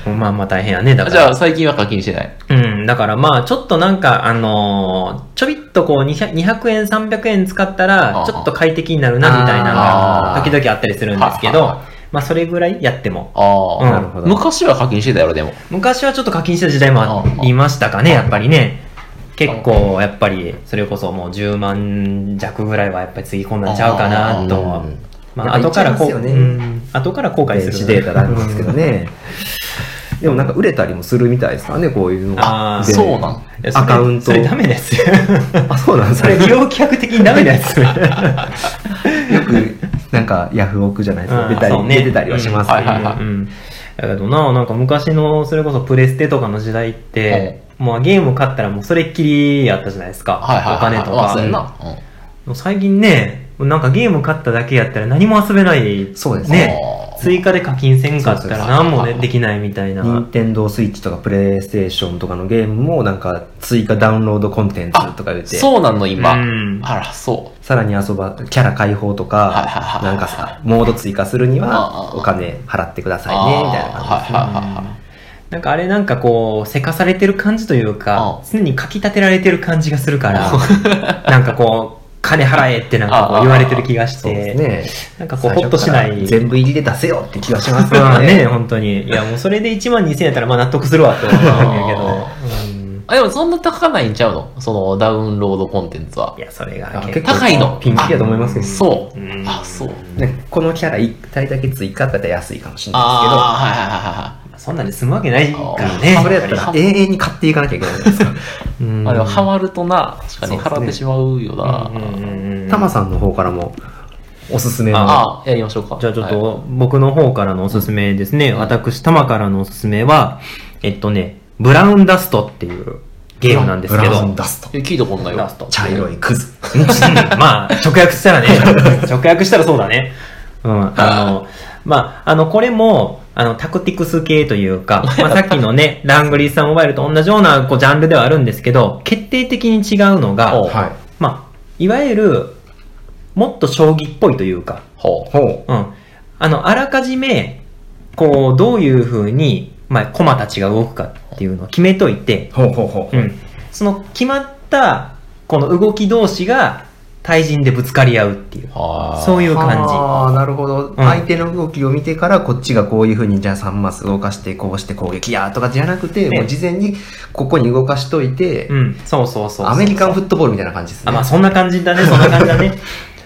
[SPEAKER 3] うん。まあまあ大変やね、だか
[SPEAKER 1] じゃ
[SPEAKER 3] ら。
[SPEAKER 1] あ最近は課金してない。
[SPEAKER 3] うん、だからまあ、ちょっとなんか、あのーちょびっとこう200、200円、300円使った
[SPEAKER 1] あ
[SPEAKER 3] ら、
[SPEAKER 1] あ
[SPEAKER 3] ちょっと快適になるな、みたいなのが
[SPEAKER 1] あ、
[SPEAKER 3] 時々あったりするんですけ
[SPEAKER 1] はは
[SPEAKER 3] ど、まあ、それぐらいやっても。
[SPEAKER 1] ああ、
[SPEAKER 3] うん
[SPEAKER 2] なるほど。
[SPEAKER 1] 昔は課金してたやろ、でも。
[SPEAKER 3] 昔はちょっと課金してた時代もありましたかね、やっぱりね。結構、やっぱり、それこそもう10万弱ぐらいはやっぱりつぎ込んだんちゃうかなとは
[SPEAKER 2] うん。
[SPEAKER 3] まあ、後からこう、
[SPEAKER 2] やっぱ
[SPEAKER 3] う
[SPEAKER 2] り言っちゃいますよね
[SPEAKER 3] ん後から後悔
[SPEAKER 2] 電
[SPEAKER 3] す
[SPEAKER 2] 子
[SPEAKER 3] る。
[SPEAKER 2] データなんですけどね。でもなんか売れたりもするみたいですからね、こういうの
[SPEAKER 3] あー
[SPEAKER 2] で
[SPEAKER 1] そうなん
[SPEAKER 3] いやそれ
[SPEAKER 2] アカウント
[SPEAKER 3] そ。れダメですよ。
[SPEAKER 2] あ、そうなんそ
[SPEAKER 3] そ
[SPEAKER 2] れ
[SPEAKER 3] れ、利
[SPEAKER 2] よ
[SPEAKER 3] 用規約的にダメですよ。
[SPEAKER 2] く、なんかヤフオクじゃないですか。出た
[SPEAKER 3] あそう
[SPEAKER 2] り、
[SPEAKER 3] ね
[SPEAKER 2] 出てたりはします
[SPEAKER 1] うんはいはいはい
[SPEAKER 3] うん。だけどな、なんか昔の、それこそプレステとかの時代って、もうゲーム買ったらもうそれっきりやったじゃないですか。
[SPEAKER 1] はいはいはい。
[SPEAKER 3] お金と
[SPEAKER 1] まあそうや
[SPEAKER 3] か。
[SPEAKER 1] な。うん
[SPEAKER 3] もう最近ね、なんかゲーム買っただけやったら何も遊べない。
[SPEAKER 2] そうです
[SPEAKER 3] ね
[SPEAKER 2] ね。
[SPEAKER 1] あー
[SPEAKER 3] 追加で課金せんかったら何
[SPEAKER 1] そ
[SPEAKER 3] も
[SPEAKER 1] うそう
[SPEAKER 3] ね
[SPEAKER 1] そう
[SPEAKER 3] できないみたい
[SPEAKER 2] 任
[SPEAKER 3] な。
[SPEAKER 2] 天堂スイッチとかプレイステーションとかのゲームもなんか追加ダウンロードコンテンツとか言って、
[SPEAKER 1] そうなの、今。
[SPEAKER 3] うん
[SPEAKER 1] あら、そう。
[SPEAKER 2] さらに遊ば、キャラ解放と
[SPEAKER 1] はいはいは
[SPEAKER 2] か、
[SPEAKER 1] い
[SPEAKER 2] なんかさ、モード追加するに
[SPEAKER 1] あ
[SPEAKER 2] は
[SPEAKER 1] あ
[SPEAKER 2] お金払ってくださいね、みたいな感じですね。
[SPEAKER 1] あーはいはいはいはい。
[SPEAKER 3] なんかあれなんかこう、せかされてる感じというか
[SPEAKER 1] う、
[SPEAKER 3] 常にかき立てられてる感じがするから、 なんかこう、金払えってなんかこう言われてる気がし
[SPEAKER 2] そう
[SPEAKER 3] て、
[SPEAKER 2] ですね。
[SPEAKER 3] なんかこう、ほっとしな
[SPEAKER 2] 最初か
[SPEAKER 3] い
[SPEAKER 2] ら。全部入りで出せよって気がしますけ
[SPEAKER 3] ま
[SPEAKER 2] ど
[SPEAKER 3] あ
[SPEAKER 2] ね。
[SPEAKER 3] ね、本当に。いや、もうそれで1万2000円やったら、まあ納得するわって思うんやけど。うん
[SPEAKER 1] あ、でもそんな高ないんちゃうのそのダウンロードコンテンツは。
[SPEAKER 3] いや、それが
[SPEAKER 2] あ
[SPEAKER 3] 結構。
[SPEAKER 2] 結構
[SPEAKER 1] 高いの
[SPEAKER 2] ピンキリやと思いますけど
[SPEAKER 1] そう
[SPEAKER 3] う。ん
[SPEAKER 1] あ、そう。
[SPEAKER 2] ねこのキャラ1体だけ追加だったら安いかもしれない
[SPEAKER 1] ああ、はいはいはいはい。
[SPEAKER 3] そんなんで済むわけないから
[SPEAKER 2] ですけ
[SPEAKER 3] ね。
[SPEAKER 2] ど、それやったら永遠に買っていかなきゃいけないじゃないですか。
[SPEAKER 3] うん
[SPEAKER 1] あれはハマるとな、確かに
[SPEAKER 2] そうですね
[SPEAKER 1] 払ってしまうよな。
[SPEAKER 3] うんうんうん
[SPEAKER 2] タマさんの方からもおすすめの。
[SPEAKER 1] ああ、やりましょうか。
[SPEAKER 3] じゃあちょっ
[SPEAKER 1] はい、
[SPEAKER 3] と、僕の方からのおすすめですね。私、タマからのおすすめは、えっとね、ブラウンダストっていうゲームなんですけ
[SPEAKER 2] ブラウ
[SPEAKER 3] ど
[SPEAKER 2] ン、ダスト。
[SPEAKER 1] え聞いたことない
[SPEAKER 3] ラ
[SPEAKER 1] よ
[SPEAKER 3] ス。ト。
[SPEAKER 2] 茶色いクズ。
[SPEAKER 3] まあ、直訳したらね、直訳したらそうだね。うん。あの、まあ、あの、これも、あの、タクティクス系というか、まあ、さっきのね、ラングリーさんモバイルと同じような、こう、ジャンルではあるんですけど、決定的に違うの
[SPEAKER 1] お
[SPEAKER 3] が、
[SPEAKER 2] はい。
[SPEAKER 3] まあ、いわゆる、もっと将棋っぽいというか、
[SPEAKER 1] ほ
[SPEAKER 2] ほう。
[SPEAKER 3] うん。あの、あらかじめ、こう、どういう風に、まあ、駒たちが動くかっていうのを決めといて、
[SPEAKER 2] ほうほうほう。
[SPEAKER 3] うん、その決まったこの動き同士が対人でぶつかり合うっていう
[SPEAKER 1] う。は
[SPEAKER 3] そう
[SPEAKER 1] い
[SPEAKER 3] いう感じ
[SPEAKER 2] ああ、なるほど、
[SPEAKER 3] ん
[SPEAKER 2] 相手の動きを見てから、こっちがこういうふうに、じゃあ3マス動かして、こうして攻撃やとかじゃなくて、
[SPEAKER 3] ね
[SPEAKER 2] もう事前にここに動かしといて、
[SPEAKER 3] うんそうそうそうそう
[SPEAKER 2] アメリカンフットボールみたいな感じですね。
[SPEAKER 3] あまあそんな感じだねそんな感じだ ね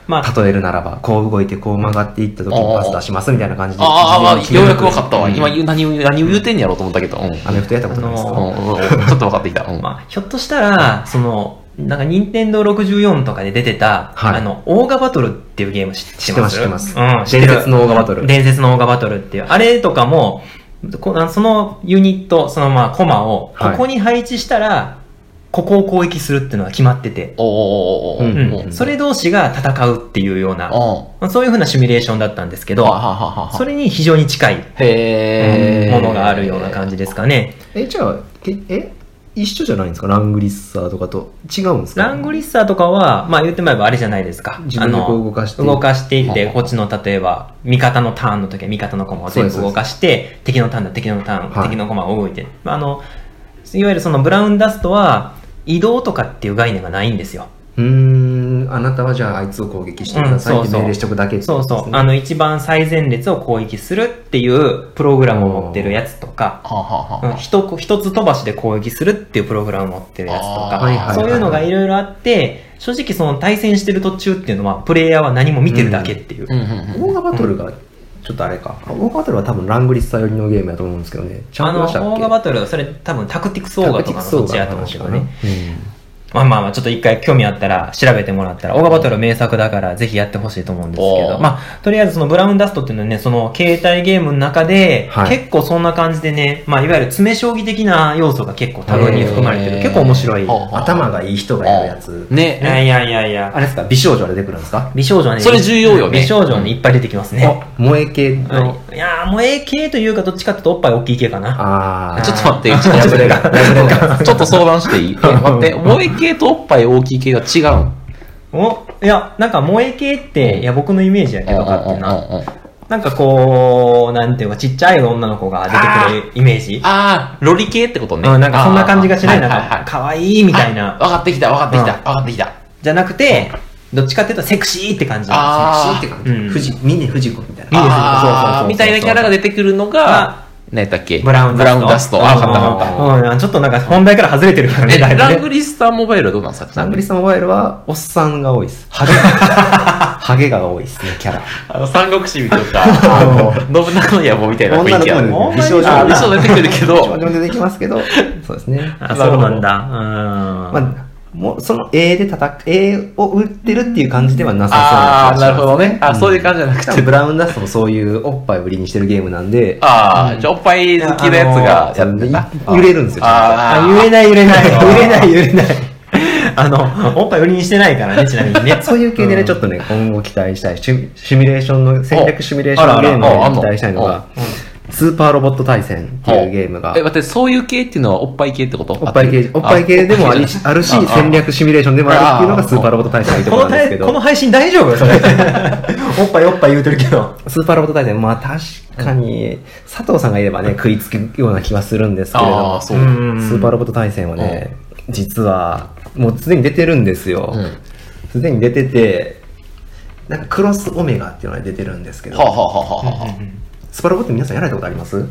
[SPEAKER 3] まあ
[SPEAKER 2] 例えるならば、こう動いて、こう曲がっていった時にパス出しますみたいな感じで。
[SPEAKER 1] あーあー、
[SPEAKER 2] 事前
[SPEAKER 1] よう
[SPEAKER 2] に決
[SPEAKER 1] や
[SPEAKER 2] めと
[SPEAKER 1] く
[SPEAKER 2] く
[SPEAKER 1] 分かったわ。
[SPEAKER 2] うん
[SPEAKER 1] 今言う、何を、何を言うてんねやろうと思ったけど。うん。うんうん
[SPEAKER 2] アメフトやったことないです
[SPEAKER 3] あ
[SPEAKER 2] か、
[SPEAKER 3] の
[SPEAKER 1] ちょっと分かってきた。うん。
[SPEAKER 3] まあひょっとしたらそのなんか任天堂64とかで出てた、
[SPEAKER 2] はい
[SPEAKER 3] あの、オーガバトルっていうゲーム知
[SPEAKER 2] 知って
[SPEAKER 3] ってま
[SPEAKER 2] ますす、知ってます。
[SPEAKER 3] うん、知って
[SPEAKER 2] 伝
[SPEAKER 3] る
[SPEAKER 2] 説のオーガバトル。
[SPEAKER 3] 伝説のオーガバトルっていう。あれとかも、こあそのユニット、そのまあコマを、こ
[SPEAKER 2] はい
[SPEAKER 3] こに配置したら、ここを攻撃するっていうのは決まってて、
[SPEAKER 1] おーおーおーおーおー
[SPEAKER 2] うん
[SPEAKER 1] おー
[SPEAKER 3] うん、それ同士が戦うっていうような、
[SPEAKER 1] うん。
[SPEAKER 3] そういうふうなシミュレーションだったんですけ
[SPEAKER 1] はは
[SPEAKER 3] ど、
[SPEAKER 1] はは
[SPEAKER 3] それに非常に近い
[SPEAKER 1] へー
[SPEAKER 3] ものがあるような感じですかね。
[SPEAKER 2] え、じゃあ、けえ、一緒じゃないんですかラングリッサーとかと。違うんですか
[SPEAKER 3] ラングリッサーとかは、まあ言ってもらえばあれじゃないですか。
[SPEAKER 2] 自分でこう動かして
[SPEAKER 3] あの動かしていって、
[SPEAKER 1] はあ
[SPEAKER 3] こっちの例えば、味方のターンの時は味方の駒を
[SPEAKER 2] そう
[SPEAKER 3] 全部
[SPEAKER 2] ですそうです
[SPEAKER 3] 動かして、敵のターンだ、敵のターン、
[SPEAKER 2] はい
[SPEAKER 3] 敵の駒を動いて。まああの、いわゆるそのブラウンダストは、移動とかっていう概念がないんですよ。
[SPEAKER 2] うーん、あなたはじゃああいつを攻撃してくださいっ
[SPEAKER 3] うん
[SPEAKER 2] て
[SPEAKER 3] そうそう
[SPEAKER 2] 命令しておくだけってこ
[SPEAKER 3] そう
[SPEAKER 2] とですね、
[SPEAKER 3] そう。あの、一番最前列を攻撃するっていうプログラムを持ってるやつとか、
[SPEAKER 1] ははは
[SPEAKER 3] うん一こ一つ飛ばしで攻撃するっていうプログラムを持ってるやつと
[SPEAKER 1] あーはいはい
[SPEAKER 3] か
[SPEAKER 1] は、い
[SPEAKER 3] そういうのがいろいろあって、正直その対戦してる途中っていうのは、プレイヤーは何も見てるだけっていう。
[SPEAKER 1] うんうんうん
[SPEAKER 2] オーガバトルが、ちょっとあれか。オーガバトルは多分ラングリッサー寄りのゲームやと思うんですけどね。ちゃ
[SPEAKER 3] あ
[SPEAKER 2] ん
[SPEAKER 3] の、
[SPEAKER 2] と
[SPEAKER 3] オ
[SPEAKER 2] したっけ
[SPEAKER 3] ーガバトル、それ多分タクティクスオーガとかのそっちやと思うんですけどね。。まあまあまあ、ちょっと一回興味あったら調べてもらったら、オーガバトル名作だからぜひやってほしいと思うんですけ
[SPEAKER 1] お
[SPEAKER 3] ど、
[SPEAKER 1] ー
[SPEAKER 3] まあ、とりあえずそのブラウンダストっていうのはね、その携帯ゲームの中で
[SPEAKER 2] は、い
[SPEAKER 3] 結構そんな感じでね、まあ、いわゆる詰め将棋的な要素が結構多分に含まれてる。
[SPEAKER 1] へー
[SPEAKER 3] 結構面白い。
[SPEAKER 1] はあはあ
[SPEAKER 2] 頭がいい人がやるやつ。
[SPEAKER 3] いや
[SPEAKER 1] ね。
[SPEAKER 3] いやいやいや
[SPEAKER 2] あ。れですか美少女あれ出てくるんですか
[SPEAKER 3] 美少女はね、
[SPEAKER 1] それ重要よね
[SPEAKER 3] 美少女はね、いっぱい出てきますね。
[SPEAKER 2] あ萌え系の。
[SPEAKER 3] うんいやー、もう A 系というか、どっちかっていうとおっぱい大きい系かな。
[SPEAKER 2] ああ。
[SPEAKER 1] ちょっと待って、ちょっと
[SPEAKER 2] 破
[SPEAKER 1] 待っ
[SPEAKER 2] れが、破れが。
[SPEAKER 1] て、ちょっと相談していい待って、萌え系とおっぱい大きい系が違うん。
[SPEAKER 3] お、いや、なんか萌え系って、いや、僕のイメージやけどかってな。
[SPEAKER 1] うんうんうんうん
[SPEAKER 3] なんかこう、なんていうか、ちっちゃい女の子が出てくるイメージ。
[SPEAKER 1] あー、ロリ系ってことね。
[SPEAKER 3] うん、なんかそんな感じがしない。
[SPEAKER 1] あ
[SPEAKER 3] な
[SPEAKER 1] ー
[SPEAKER 3] ん
[SPEAKER 1] ははは
[SPEAKER 3] か、可愛いみたい
[SPEAKER 1] 分
[SPEAKER 3] な。
[SPEAKER 1] かってきた、分かってきた
[SPEAKER 3] う、ん
[SPEAKER 1] 分かってきた。
[SPEAKER 3] じゃなくて、どっちかっていうとセクシーって感じなん
[SPEAKER 1] あー
[SPEAKER 2] シーって感じ。
[SPEAKER 3] うん
[SPEAKER 2] 富士、峰富士子みたいな。
[SPEAKER 3] いいですねそうそうそう
[SPEAKER 1] あ
[SPEAKER 3] そ
[SPEAKER 1] ー
[SPEAKER 3] う
[SPEAKER 1] みたいなキャラが出てくるのが
[SPEAKER 3] あ、
[SPEAKER 1] 何やったっけ
[SPEAKER 3] ですよ。ブラウン
[SPEAKER 1] ブ
[SPEAKER 3] ダスト。
[SPEAKER 1] ラウンダスト。あー、分かった分かっ
[SPEAKER 3] ったうん、ちょっとなんか本題から外れてるから
[SPEAKER 1] た。え、
[SPEAKER 3] ね、だいぶ
[SPEAKER 1] ラン
[SPEAKER 3] ね
[SPEAKER 1] グ。リスターモバイルはどうなんですか
[SPEAKER 2] ラングリスタモバイルは、おっさんが多いです。ハ ゲが、ハゲが多いですね、キャラ。
[SPEAKER 1] あの、三国志みたい な、あの、信長の野望みたいな雰囲気ある。
[SPEAKER 2] 女の子も
[SPEAKER 3] 美
[SPEAKER 2] 美
[SPEAKER 3] 少
[SPEAKER 2] 少
[SPEAKER 3] 女
[SPEAKER 2] 女
[SPEAKER 1] あー、そう出てくるけど、
[SPEAKER 2] 少女でできます けど、そうですね。
[SPEAKER 3] あ、そうなんだ。うん。ま
[SPEAKER 2] まあ、もうその A で叩く、A を打ってるっていう感じではなさ
[SPEAKER 1] あー、
[SPEAKER 2] そ
[SPEAKER 1] な
[SPEAKER 2] うな気がします
[SPEAKER 1] るほどね。あ、
[SPEAKER 2] ん
[SPEAKER 1] そういう感じじゃなく
[SPEAKER 2] 多分
[SPEAKER 1] て。
[SPEAKER 2] ブラウンダストもそういうおっぱいを売りにしてるゲームなんで、
[SPEAKER 1] ああ、じゃあおっぱい好きなやつがやってた。
[SPEAKER 2] あの揺れるんですよ
[SPEAKER 1] あ
[SPEAKER 3] あ、
[SPEAKER 1] ー
[SPEAKER 3] 揺れない揺れ ない。
[SPEAKER 1] あー
[SPEAKER 3] 揺れない揺 れない。あの、おっぱい売りにしてないからね、ちなみ にね。
[SPEAKER 2] そういう系でね、
[SPEAKER 3] ん
[SPEAKER 2] ちょっとね、今後期待したい。シミシミュレーションの、戦略シミュレーションのゲーム
[SPEAKER 1] あらあらああん
[SPEAKER 2] で
[SPEAKER 1] の
[SPEAKER 2] 期待したいのが、スーパーロボット対戦っていうゲームが
[SPEAKER 1] え、、待って、そういう系っていうのはおっぱい系ってこと
[SPEAKER 2] おっぱい系、おっぱい系でもありあるし、戦。略シミュレーションでもあるっていうのがスーパーロボット対戦のいいとこ
[SPEAKER 3] こ
[SPEAKER 2] ろな
[SPEAKER 3] の
[SPEAKER 2] んですけ
[SPEAKER 3] たい
[SPEAKER 2] ど。
[SPEAKER 3] この配信大丈夫それ。おっぱいおっぱい言うてるけど。
[SPEAKER 2] スーパーロボット大戦、まあ確かに、佐藤さんがいればね、食いつくような気はするんですけれど
[SPEAKER 1] ああ
[SPEAKER 2] も、
[SPEAKER 1] ー、
[SPEAKER 2] ス
[SPEAKER 1] そう。
[SPEAKER 2] ーパーロボット対戦はね、実は、もうすでに出てるんですよ
[SPEAKER 1] うん。
[SPEAKER 2] すでに出てて、なんかクロスオメガっていうのが出てるんですけど
[SPEAKER 1] はあ、はあはあはあは
[SPEAKER 2] スパロボって皆さんやられたことあります
[SPEAKER 1] あ。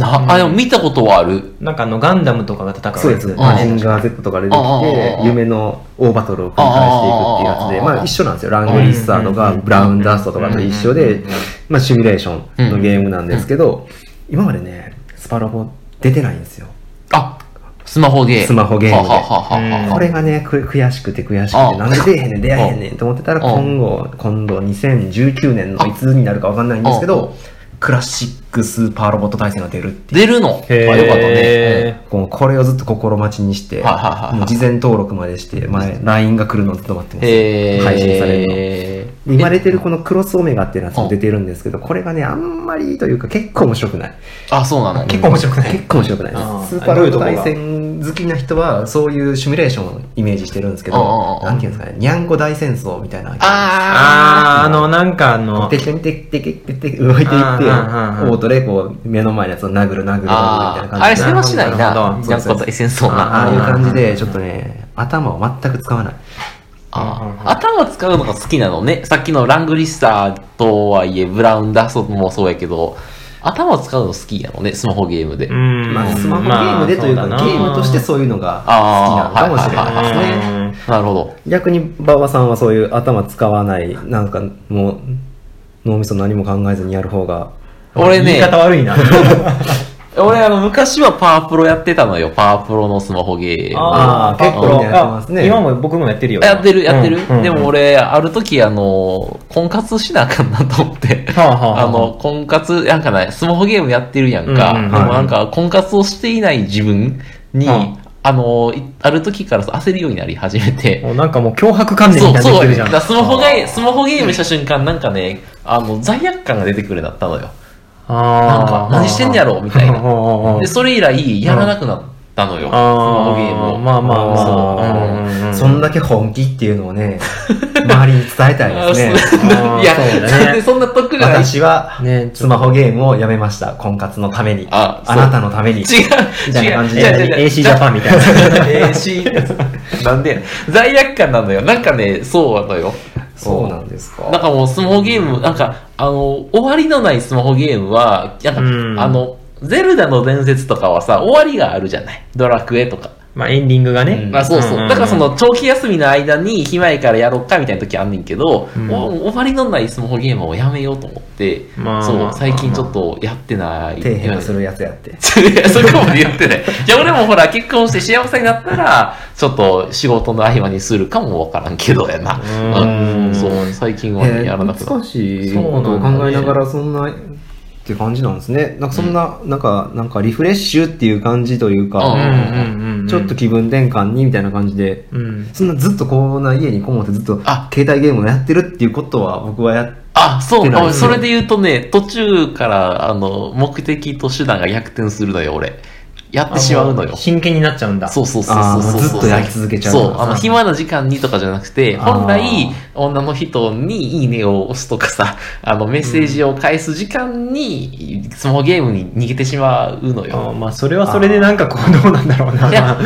[SPEAKER 1] な、あ、でも見たことはある。
[SPEAKER 3] なんかあの、ガンダムとかが戦う。
[SPEAKER 2] そうです。
[SPEAKER 3] ね
[SPEAKER 2] マジンガー Z とか出て
[SPEAKER 1] ああ
[SPEAKER 2] きて
[SPEAKER 1] ああ、
[SPEAKER 2] 夢の大バトルを繰り返していくっていうやつで、
[SPEAKER 1] ああ
[SPEAKER 2] まあ一緒なんですよ。ラングリッサーとか、ブラウンダストとかと一緒で、まあシミュレーションのゲームなんですけど、今までね、スパロボ出てないんですよ。
[SPEAKER 1] あ、スマホゲー。
[SPEAKER 2] スマホゲームで
[SPEAKER 1] はあはあはあはあ
[SPEAKER 3] うん
[SPEAKER 2] これがね、く悔しくて悔し
[SPEAKER 1] あ
[SPEAKER 2] くて、なんで出えへんねん、出会えへんねんと思ってたら、
[SPEAKER 1] あ
[SPEAKER 2] 今後、今度2019年のいつになるかわかんないんですけど、クラシックスーパーロボット対戦が出るってい
[SPEAKER 1] 出
[SPEAKER 2] う
[SPEAKER 1] るの。あ、
[SPEAKER 3] へー
[SPEAKER 1] よかったね。
[SPEAKER 2] こうこれをずっと心待ちにして、
[SPEAKER 1] はいはいはいはい
[SPEAKER 2] もう事前登録までして、前、LINE が来るのをずっと待ってます。
[SPEAKER 1] へー。
[SPEAKER 2] 配信されるの
[SPEAKER 1] え
[SPEAKER 2] 生まれてるこのクロスオメガっていうやつも出てるんですけど、これがね、あんまりというか結構面白くない。
[SPEAKER 1] あ、そうなの。
[SPEAKER 3] 結構面白くない
[SPEAKER 2] 結構面白くないで
[SPEAKER 3] あー
[SPEAKER 2] す。スーパーロード対戦好きな人は、そういうシミュレーションをイメージしてるんですけ
[SPEAKER 1] うんうん
[SPEAKER 2] ど
[SPEAKER 1] う、ん
[SPEAKER 2] なんていうんですかね、にゃんこ大戦争みたいな。
[SPEAKER 1] あ
[SPEAKER 3] あー、あの、なんかあの、
[SPEAKER 2] テケンテケテケテケ動いていって、オ
[SPEAKER 3] あーあーあー
[SPEAKER 2] ートでこう、目の前のやつを殴る殴る殴るみたい
[SPEAKER 1] ー。あー。
[SPEAKER 2] な
[SPEAKER 1] あ
[SPEAKER 2] 感
[SPEAKER 1] れ、
[SPEAKER 2] じ
[SPEAKER 1] そ
[SPEAKER 2] で
[SPEAKER 1] れはしない
[SPEAKER 3] なるほ
[SPEAKER 1] な。
[SPEAKER 3] ど
[SPEAKER 1] じゃんことエッセンスそうな。
[SPEAKER 2] ああいう感じで、ちょっとね、頭を全く使わない。
[SPEAKER 1] あ
[SPEAKER 3] うん
[SPEAKER 1] あ頭使うのが好きなのね。さっきのラングリッサーとはいえ、ブラウンダーソーもそうやけど、頭使うの好きなのね、スマホゲームで。
[SPEAKER 3] うん
[SPEAKER 2] まあ、スマホゲームでというか、ゲームとしてそういうのが好きなのかもしれないですね。
[SPEAKER 3] ね。
[SPEAKER 1] なるほど。
[SPEAKER 2] 逆に馬場さんはそういう頭使わないなんかもう脳みそ何も考えずにやる方が
[SPEAKER 1] 俺
[SPEAKER 3] 言い
[SPEAKER 1] ね、
[SPEAKER 3] 方悪 いな。
[SPEAKER 1] 俺あの、昔はパワープロやってたのよ。パワープロのスマホゲーム。
[SPEAKER 2] あー
[SPEAKER 3] パワプロ
[SPEAKER 2] 結構みんなやってますね
[SPEAKER 3] あ今も僕もやってるよ。
[SPEAKER 1] やってる、やってる。
[SPEAKER 3] うんうん
[SPEAKER 1] でも俺、ある時、あの、婚活しなあかんなと思って。
[SPEAKER 3] はあはあはあ
[SPEAKER 1] あの、婚活、なんかね、スマホゲームやってるやんか。
[SPEAKER 3] うんうん
[SPEAKER 1] でもなんか、婚活をしていない自分に、
[SPEAKER 3] うん
[SPEAKER 1] あの、いある時から焦るようになり始めて。
[SPEAKER 3] もうなんかもう脅迫観念
[SPEAKER 1] そう、
[SPEAKER 3] みたいに
[SPEAKER 1] そ
[SPEAKER 3] なっ
[SPEAKER 1] う。
[SPEAKER 3] てる
[SPEAKER 1] だ
[SPEAKER 3] じゃ
[SPEAKER 1] か
[SPEAKER 3] ん。
[SPEAKER 1] らスマホゲー、スマホゲームした瞬間、なんかね、あの、罪悪感が出てくるようになったのよ。なん
[SPEAKER 3] あ
[SPEAKER 1] か
[SPEAKER 3] ー、
[SPEAKER 1] 何してんねやろみたいな
[SPEAKER 3] あー
[SPEAKER 1] で、それ以来、やらなくなったのよ。スマホゲームを。
[SPEAKER 3] まあまあまあ。うんうんう
[SPEAKER 2] あ
[SPEAKER 3] ん
[SPEAKER 2] そんだけ本気っていうのをね 周りに伝えたいですね
[SPEAKER 1] あ そういや、
[SPEAKER 3] あーそうだね
[SPEAKER 1] だってそんな得がないし。
[SPEAKER 2] 私は
[SPEAKER 3] ね
[SPEAKER 2] スマホゲームをやめました婚活のために
[SPEAKER 1] あそ
[SPEAKER 2] あ
[SPEAKER 1] う
[SPEAKER 2] なたのために
[SPEAKER 1] 違
[SPEAKER 2] み
[SPEAKER 1] う、
[SPEAKER 2] たい
[SPEAKER 1] 違う、
[SPEAKER 2] な感じ
[SPEAKER 1] 違う、違う
[SPEAKER 2] で
[SPEAKER 1] 違う
[SPEAKER 3] AC ジャパンみ たいな。
[SPEAKER 1] AC なんで、罪悪感なのよ。なんかね、そうなのよ。
[SPEAKER 2] そうなんですか
[SPEAKER 1] なんかもうスマホゲーム、なんか、あの、終わりのないスマホゲームは、なんか、
[SPEAKER 3] うん
[SPEAKER 1] あの、ゼルダの伝説とかはさ、終わりがあるじゃない。ドラクエとか。
[SPEAKER 3] まあエンディングがね。
[SPEAKER 2] うん
[SPEAKER 1] まあそうそう。
[SPEAKER 3] んんん
[SPEAKER 1] だからそ、の長期休みの間に暇やからやろっかみたいな時あんねんけど、
[SPEAKER 3] うん
[SPEAKER 1] お終わりのないスマホゲームをやめようと思って、
[SPEAKER 3] まあ
[SPEAKER 1] そう、最近ちょっとやってない。
[SPEAKER 2] 底辺をするやつやって
[SPEAKER 1] いやそこまで言ってない。じゃあ俺もほら結婚して幸せになったら、ちょっと仕事の合間にするかもわからんけどやな。
[SPEAKER 3] うん
[SPEAKER 1] うんそう、最近はね、やらなくなっ
[SPEAKER 2] 難しい
[SPEAKER 3] そう
[SPEAKER 2] こ
[SPEAKER 3] なんだ
[SPEAKER 2] とを
[SPEAKER 3] ね
[SPEAKER 2] 考えながらそんなって感じなんですねなんかそんな、なんかなんかリフレッシュっていう感じというか、
[SPEAKER 1] うん
[SPEAKER 3] うんうんうん。
[SPEAKER 2] ちょっと気分転換にみたいな感じで、
[SPEAKER 3] うん。
[SPEAKER 2] そんなずっとこんな家にこもってずっと
[SPEAKER 1] あ
[SPEAKER 2] 携帯ゲームをやってるっていうことは僕はやっ
[SPEAKER 1] あ、そ
[SPEAKER 2] って
[SPEAKER 1] う、
[SPEAKER 2] ない
[SPEAKER 1] あそれで言うとね、途中から、あの、目的と手段が逆転するのよ、俺。やってしまうのよ。
[SPEAKER 3] 真剣になっちゃうんだ。
[SPEAKER 1] そうそうそうそ
[SPEAKER 2] あ
[SPEAKER 1] う
[SPEAKER 2] ー
[SPEAKER 1] そう
[SPEAKER 2] もうずっとやり続けちゃう
[SPEAKER 1] そう、あの、
[SPEAKER 2] うん
[SPEAKER 1] 暇な時間にとかじゃなくて、
[SPEAKER 2] あー
[SPEAKER 1] 本来、女の人にいいねを押すとかさ、あの、メッセージを返す時間に、スマホゲームに逃げてしまうの
[SPEAKER 3] あ
[SPEAKER 1] よ。
[SPEAKER 3] ーまあそれはそれでなんかこうどうなんだろうな。
[SPEAKER 1] いや